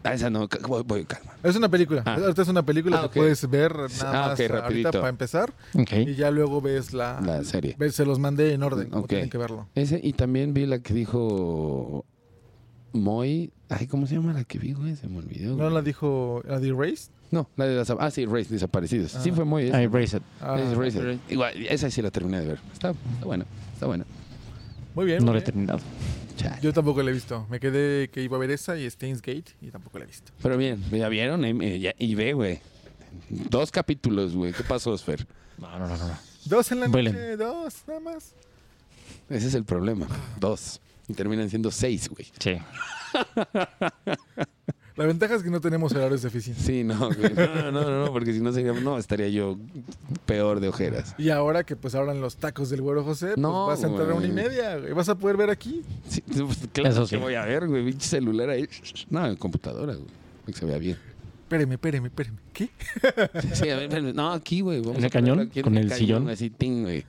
[SPEAKER 3] Ah, esa no, ca- voy, voy, calma.
[SPEAKER 1] Es una película.
[SPEAKER 3] Ah.
[SPEAKER 1] Ahorita es una película
[SPEAKER 3] Ah,
[SPEAKER 1] que
[SPEAKER 3] ok.
[SPEAKER 1] puedes ver nada
[SPEAKER 3] Ah,
[SPEAKER 1] más
[SPEAKER 3] ok,
[SPEAKER 1] ahorita
[SPEAKER 3] rapidito.
[SPEAKER 1] para empezar. Y
[SPEAKER 2] Ok.
[SPEAKER 1] ya luego ves la...
[SPEAKER 3] La serie.
[SPEAKER 1] ves- se los mandé en orden. como
[SPEAKER 3] Ok.
[SPEAKER 1] tienen que verlo.
[SPEAKER 3] Ese, y también vi la que dijo Moy. Ay, ¿cómo se llama la que vi, güey? Se me olvidó.
[SPEAKER 1] ¿No
[SPEAKER 3] güey.
[SPEAKER 1] la dijo la de Erased?
[SPEAKER 3] No, la de las. Ah, sí, Race Desaparecidos. Sí,
[SPEAKER 1] Ah.
[SPEAKER 3] fue Moy. esa.
[SPEAKER 2] I Erase It.
[SPEAKER 1] Ah,
[SPEAKER 3] Es Race. Igual, esa sí la terminé de ver. Está, está buena, está buena.
[SPEAKER 1] muy bien.
[SPEAKER 2] No
[SPEAKER 1] muy
[SPEAKER 2] lo he
[SPEAKER 1] bien.
[SPEAKER 2] terminado.
[SPEAKER 3] Chale.
[SPEAKER 1] Yo tampoco la he visto. Me quedé que iba a ver esa y Steins Gate y tampoco la he visto.
[SPEAKER 3] Pero bien, ¿ya vieron? Em, eh, ya- Y ve, güey. Dos capítulos, güey. ¿Qué pasó, Sfer?
[SPEAKER 2] No, no, no, no.
[SPEAKER 1] Dos en la
[SPEAKER 2] Vuelen.
[SPEAKER 1] noche, dos nada más.
[SPEAKER 3] Ese es el problema. Dos. Y terminan siendo seis, güey.
[SPEAKER 2] Sí.
[SPEAKER 1] La ventaja es que no tenemos horarios de oficina.
[SPEAKER 3] Sí, no, güey. No, no, no, no, porque si no sería. No, estaría yo peor de ojeras.
[SPEAKER 1] Y ahora que pues abran los tacos del güero José, pues
[SPEAKER 3] No,
[SPEAKER 1] vas a entrar a una y
[SPEAKER 3] güey.
[SPEAKER 1] media, güey. Vas a poder ver aquí.
[SPEAKER 3] Sí, pues, claro
[SPEAKER 2] Eso sí.
[SPEAKER 3] que voy a ver, güey. Pinche celular ahí. No, en computadora, güey. Que se vea bien.
[SPEAKER 1] Espéreme, espéreme, espéreme. ¿Qué?
[SPEAKER 3] Sí, a ver, espérame. no, aquí, güey. vamos
[SPEAKER 2] ¿En el
[SPEAKER 3] a ponerlo
[SPEAKER 2] cañón?
[SPEAKER 3] aquí en
[SPEAKER 2] ¿Con el sillón?
[SPEAKER 3] Así, ting, güey.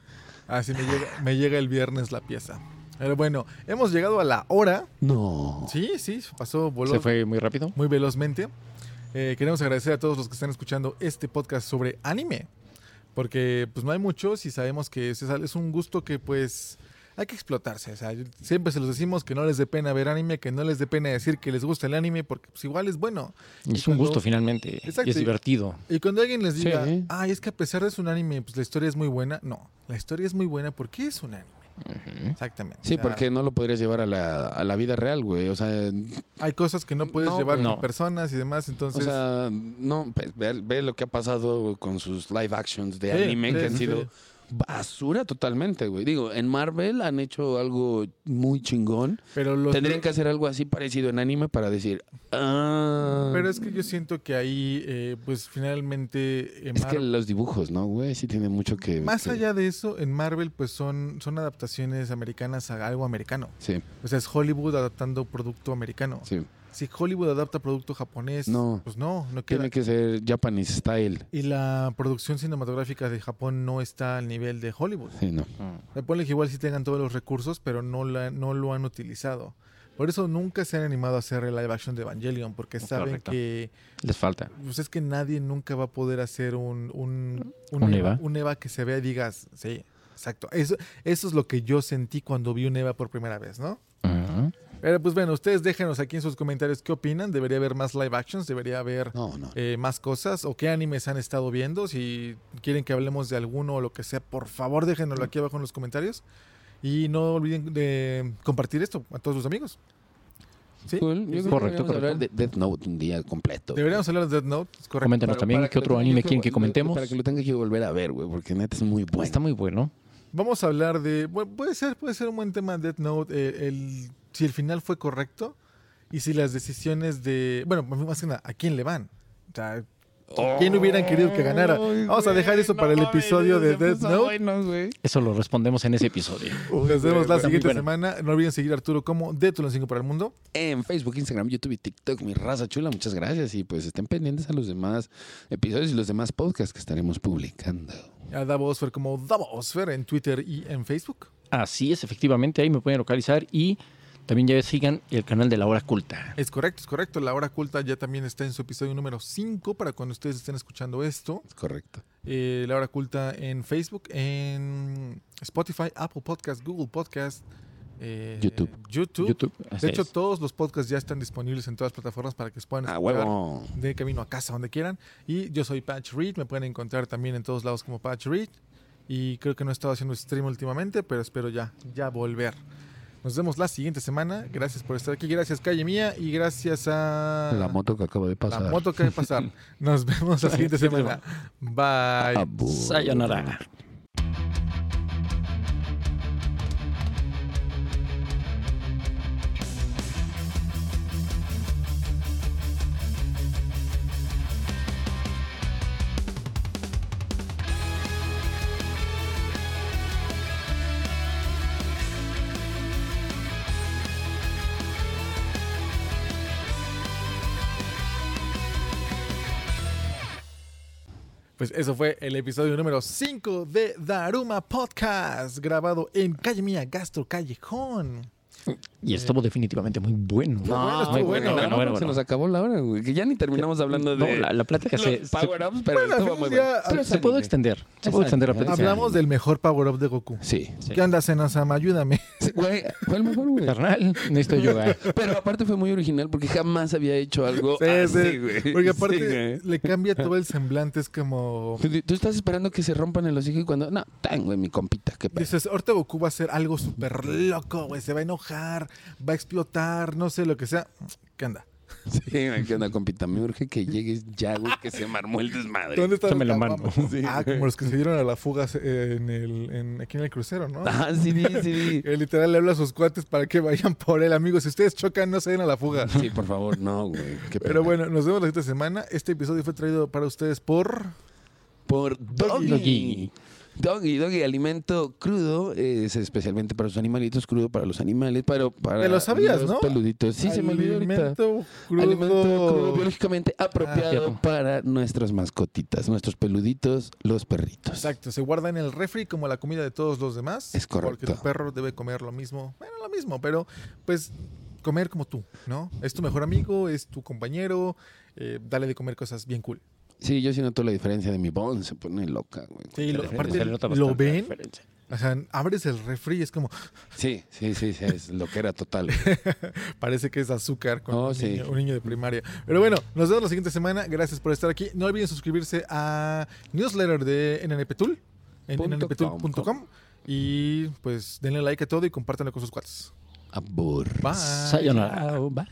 [SPEAKER 1] Así me llega, me llega el viernes la pieza. Pero bueno, hemos llegado a la hora.
[SPEAKER 3] No.
[SPEAKER 1] Sí, sí, pasó voló
[SPEAKER 2] Se fue muy rápido.
[SPEAKER 1] muy velozmente. Eh, queremos agradecer a todos los que están escuchando este podcast sobre anime. Porque pues no hay muchos y sabemos que es, es un gusto que pues hay que explotarse. O sea, yo- siempre se los decimos que no les dé pena ver anime, que no les dé pena decir que les gusta el anime, porque pues igual es bueno.
[SPEAKER 2] Y es
[SPEAKER 1] Y
[SPEAKER 2] un
[SPEAKER 1] cuando-
[SPEAKER 2] gusto finalmente.
[SPEAKER 1] Exacto.
[SPEAKER 2] Y es divertido.
[SPEAKER 1] Y cuando alguien les diga,
[SPEAKER 3] Sí.
[SPEAKER 1] ay, es que a pesar de ser un anime, pues la historia es muy buena. No, la historia es muy buena porque es un anime. Exactamente.
[SPEAKER 3] Sí,
[SPEAKER 1] O sea,
[SPEAKER 3] porque no lo podrías llevar a la, a la vida real, güey. O sea,
[SPEAKER 1] hay cosas que no puedes
[SPEAKER 3] No,
[SPEAKER 1] llevar
[SPEAKER 2] no.
[SPEAKER 1] con personas y demás,
[SPEAKER 3] o
[SPEAKER 1] entonces...
[SPEAKER 3] sea no, ve, ve- ve lo que ha pasado con sus live actions de
[SPEAKER 1] Sí,
[SPEAKER 3] anime que
[SPEAKER 1] sí,
[SPEAKER 3] han
[SPEAKER 1] sí,
[SPEAKER 3] sido
[SPEAKER 1] sí.
[SPEAKER 3] basura totalmente, güey. Digo, en Marvel han hecho algo muy chingón.
[SPEAKER 1] pero los-
[SPEAKER 3] Tendrían que hacer algo así parecido en anime para decir, ah,
[SPEAKER 1] Pero es que yo siento que ahí, eh, pues finalmente... eh,
[SPEAKER 3] Es que
[SPEAKER 1] Mar-
[SPEAKER 3] los dibujos, ¿no, güey? Sí tiene mucho que... este,
[SPEAKER 1] Más
[SPEAKER 3] que-
[SPEAKER 1] allá de eso, en Marvel pues son, son adaptaciones americanas a algo americano.
[SPEAKER 3] Sí,
[SPEAKER 1] O sea, es Hollywood adaptando producto americano.
[SPEAKER 3] sí.
[SPEAKER 1] Si Hollywood adapta producto japonés,
[SPEAKER 3] No.
[SPEAKER 1] pues no, no queda.
[SPEAKER 3] Tiene que ser Japanese style.
[SPEAKER 1] Y la producción cinematográfica de Japón no está al nivel de Hollywood.
[SPEAKER 3] Sí, no.
[SPEAKER 1] Me pone que igual sí tengan todos los recursos, pero no, la- no lo han utilizado. Por eso nunca se han animado a hacer el live action de Evangelion, porque saben
[SPEAKER 2] Correcto.
[SPEAKER 1] que
[SPEAKER 2] Les falta.
[SPEAKER 1] pues es que nadie nunca va a poder hacer un, un,
[SPEAKER 2] ¿Un
[SPEAKER 1] Eva,
[SPEAKER 2] Eva?
[SPEAKER 1] un Eva que se vea y digas, sí, exacto. Eso, eso es lo que yo sentí cuando vi un Eva por primera vez, ¿no?
[SPEAKER 2] Ujú.
[SPEAKER 1] Pero pues bueno, ustedes déjenos aquí en sus comentarios qué opinan. ¿Debería haber más live actions? ¿Debería haber
[SPEAKER 3] No, no.
[SPEAKER 1] eh, más cosas o qué animes han estado viendo. Si quieren que hablemos de alguno o lo que sea, por favor déjenoslo aquí abajo en los comentarios. Y no olviden de compartir esto a todos sus amigos. ¿Sí?
[SPEAKER 3] Cool. Yo creo que
[SPEAKER 2] Correcto,
[SPEAKER 3] deberíamos hablar
[SPEAKER 2] correcto.
[SPEAKER 3] de Death Note un día completo.
[SPEAKER 1] Deberíamos hablar de Death Note, es correcto.
[SPEAKER 2] Coméntenos también
[SPEAKER 3] Para
[SPEAKER 2] qué
[SPEAKER 3] lo
[SPEAKER 2] otro
[SPEAKER 3] tenga
[SPEAKER 2] anime
[SPEAKER 3] yo
[SPEAKER 2] quieren que
[SPEAKER 3] vol-
[SPEAKER 2] comentemos. Pues
[SPEAKER 3] Para que lo tenga que volver a ver, güey, porque neta es muy bueno.
[SPEAKER 2] Está muy bueno.
[SPEAKER 1] Vamos a hablar de. bu- Puede ser, puede ser un buen tema Death Note. eh, el, si el final fue correcto y si las decisiones de. Bueno, más que nada, ¿a quién le van? O sea, ¿Quién hubieran querido que ganara? Vamos a dejar eso para el episodio de Death Note.
[SPEAKER 2] Eso lo respondemos en ese episodio.
[SPEAKER 1] Nos vemos la siguiente semana. No olviden seguir a Arturo como Detulan 5 para el mundo.
[SPEAKER 3] en Facebook, Instagram, YouTube y TikTok. Mi raza chula, muchas gracias. Y pues estén pendientes a los demás episodios y los demás podcasts que estaremos publicando.
[SPEAKER 1] A Davosfer como Davosfer en Twitter y en Facebook.
[SPEAKER 2] Así es, efectivamente, ahí me pueden localizar y también ya sigan el canal de La Hora Culta.
[SPEAKER 1] Es correcto, es correcto. La hora culta ya también está en su episodio número 5 para cuando ustedes estén escuchando esto.
[SPEAKER 3] Es correcto.
[SPEAKER 1] Eh, la hora culta en Facebook, en Spotify, Apple Podcast, Google Podcast. eh,
[SPEAKER 3] YouTube.
[SPEAKER 1] YouTube.
[SPEAKER 2] YouTube. así
[SPEAKER 1] De hecho,
[SPEAKER 2] es.
[SPEAKER 1] todos los podcasts ya están disponibles en todas las plataformas para que puedan
[SPEAKER 3] A
[SPEAKER 1] escuchar
[SPEAKER 3] huevo.
[SPEAKER 1] de camino a casa, donde quieran. Y yo soy Patch Reed, me pueden encontrar también en todos lados como Patch Reed. Y creo que no he estado haciendo stream últimamente, pero espero ya, ya volver. Nos vemos la siguiente semana. Gracias por estar aquí. Gracias, calle mía. Y gracias a
[SPEAKER 3] La moto que acaba de
[SPEAKER 1] la
[SPEAKER 3] pasar.
[SPEAKER 1] moto que va a
[SPEAKER 3] [LAUGHS]
[SPEAKER 1] pasar. Nos vemos la siguiente semana. Bye.
[SPEAKER 3] Abu.
[SPEAKER 2] Sayonara.
[SPEAKER 1] Pues eso fue el episodio número 5 de Daruma Podcast, grabado en Calle Mía, Gastro Callejón.
[SPEAKER 2] Y estuvo definitivamente muy bueno.
[SPEAKER 1] No,
[SPEAKER 3] Ah,
[SPEAKER 1] bueno, estuvo
[SPEAKER 2] muy
[SPEAKER 1] bueno.
[SPEAKER 2] bueno,
[SPEAKER 3] No,
[SPEAKER 2] bueno,
[SPEAKER 3] Se
[SPEAKER 2] bueno.
[SPEAKER 3] nos acabó la hora, güey. Que ya ni terminamos hablando
[SPEAKER 2] No,
[SPEAKER 3] de
[SPEAKER 2] la, la plática se,
[SPEAKER 3] los
[SPEAKER 2] se,
[SPEAKER 3] power-ups, pero
[SPEAKER 1] Bueno,
[SPEAKER 3] estuvo
[SPEAKER 1] al
[SPEAKER 3] muy
[SPEAKER 1] final
[SPEAKER 3] bueno.
[SPEAKER 1] ya-
[SPEAKER 3] Pero es
[SPEAKER 2] se pudo
[SPEAKER 3] anime.
[SPEAKER 2] extender. Se
[SPEAKER 3] Es
[SPEAKER 2] pudo extender la
[SPEAKER 3] anime,
[SPEAKER 2] plática.
[SPEAKER 1] Hablamos del mejor power-up de Goku.
[SPEAKER 3] Sí.
[SPEAKER 2] Sí.
[SPEAKER 1] ¿Qué onda, Senosama? Ayúdame.
[SPEAKER 3] Sí, Güey, fue el mejor, güey.
[SPEAKER 2] Carnal,
[SPEAKER 1] [LAUGHS]
[SPEAKER 2] necesito yoga.
[SPEAKER 3] Pero aparte fue muy original porque jamás había hecho algo
[SPEAKER 1] Sí,
[SPEAKER 3] así,
[SPEAKER 1] sí.
[SPEAKER 3] güey.
[SPEAKER 1] Porque
[SPEAKER 3] [LAUGHS] Sí,
[SPEAKER 1] aparte
[SPEAKER 3] güey.
[SPEAKER 1] le cambia todo el semblante, es como...
[SPEAKER 3] Tú- Tú estás esperando que se rompan el hocico y cuando... No, tan, güey, mi compita, qué pedo.
[SPEAKER 1] Dices, ahorita Goku va a hacer algo súper loco, güey. Se va a enojar, va a explotar, no sé, lo que sea. ¿Qué onda?
[SPEAKER 3] Sí, güey, ¿qué onda, compita? Me urge que llegues ya, güey, que se me armó el desmadre.
[SPEAKER 1] ¿Dónde está
[SPEAKER 2] Échame la mano.
[SPEAKER 1] Ah, como los que se dieron a la fuga eh, en el, en- aquí en el crucero, ¿no?
[SPEAKER 3] Ah, sí, sí, sí.
[SPEAKER 1] Que literal le habla a sus cuates para que vayan por él, amigos. Si ustedes chocan, no se den a la fuga.
[SPEAKER 3] Sí, por favor, no, güey. qué pena.
[SPEAKER 1] Pero bueno, nos vemos la siguiente semana. Este episodio fue traído para ustedes por...
[SPEAKER 3] por Doggy.
[SPEAKER 2] Doggy.
[SPEAKER 3] Doggy. Doggy, alimento crudo, es especialmente para los animalitos, crudo para los animales, pero para
[SPEAKER 1] Te lo sabías,
[SPEAKER 3] los
[SPEAKER 1] ¿no?
[SPEAKER 3] peluditos. Sí, se me olvidó ahorita.
[SPEAKER 1] Alimento crudo.
[SPEAKER 3] Alimento crudo biológicamente apropiado
[SPEAKER 2] cierto.
[SPEAKER 3] para nuestras mascotitas, nuestros peluditos, los perritos.
[SPEAKER 1] Exacto, se guarda en el refri como la comida de todos los demás.
[SPEAKER 3] Es correcto.
[SPEAKER 1] Porque tu perro debe comer lo mismo. Bueno, lo mismo, pero pues comer como tú, ¿no? Es tu mejor amigo, es tu compañero. eh, dale de comer cosas bien cool.
[SPEAKER 3] Sí, yo sí noto la diferencia de mi bone, se pone loca, güey.
[SPEAKER 1] Sí, lo-
[SPEAKER 2] Se
[SPEAKER 1] aparte,
[SPEAKER 2] le nota
[SPEAKER 1] ¿lo
[SPEAKER 2] bastante la
[SPEAKER 1] ven?
[SPEAKER 2] diferencia.
[SPEAKER 1] O sea, abres el refri y es como,
[SPEAKER 3] Sí, sí, sí, sí, es lo que era total.
[SPEAKER 1] [LAUGHS] parece que es azúcar con
[SPEAKER 3] Oh,
[SPEAKER 1] un,
[SPEAKER 3] sí.
[SPEAKER 1] niño, un niño de primaria. Pero bueno, nos vemos la siguiente semana. Gracias por estar aquí. No olviden suscribirse a newsletter de NNPTool en
[SPEAKER 3] Punto
[SPEAKER 1] nnptool.com
[SPEAKER 3] com.
[SPEAKER 1] y pues denle like a todo y compártanlo con sus cuates.
[SPEAKER 3] Abur.
[SPEAKER 1] Bye.
[SPEAKER 2] Sayonara. Bye.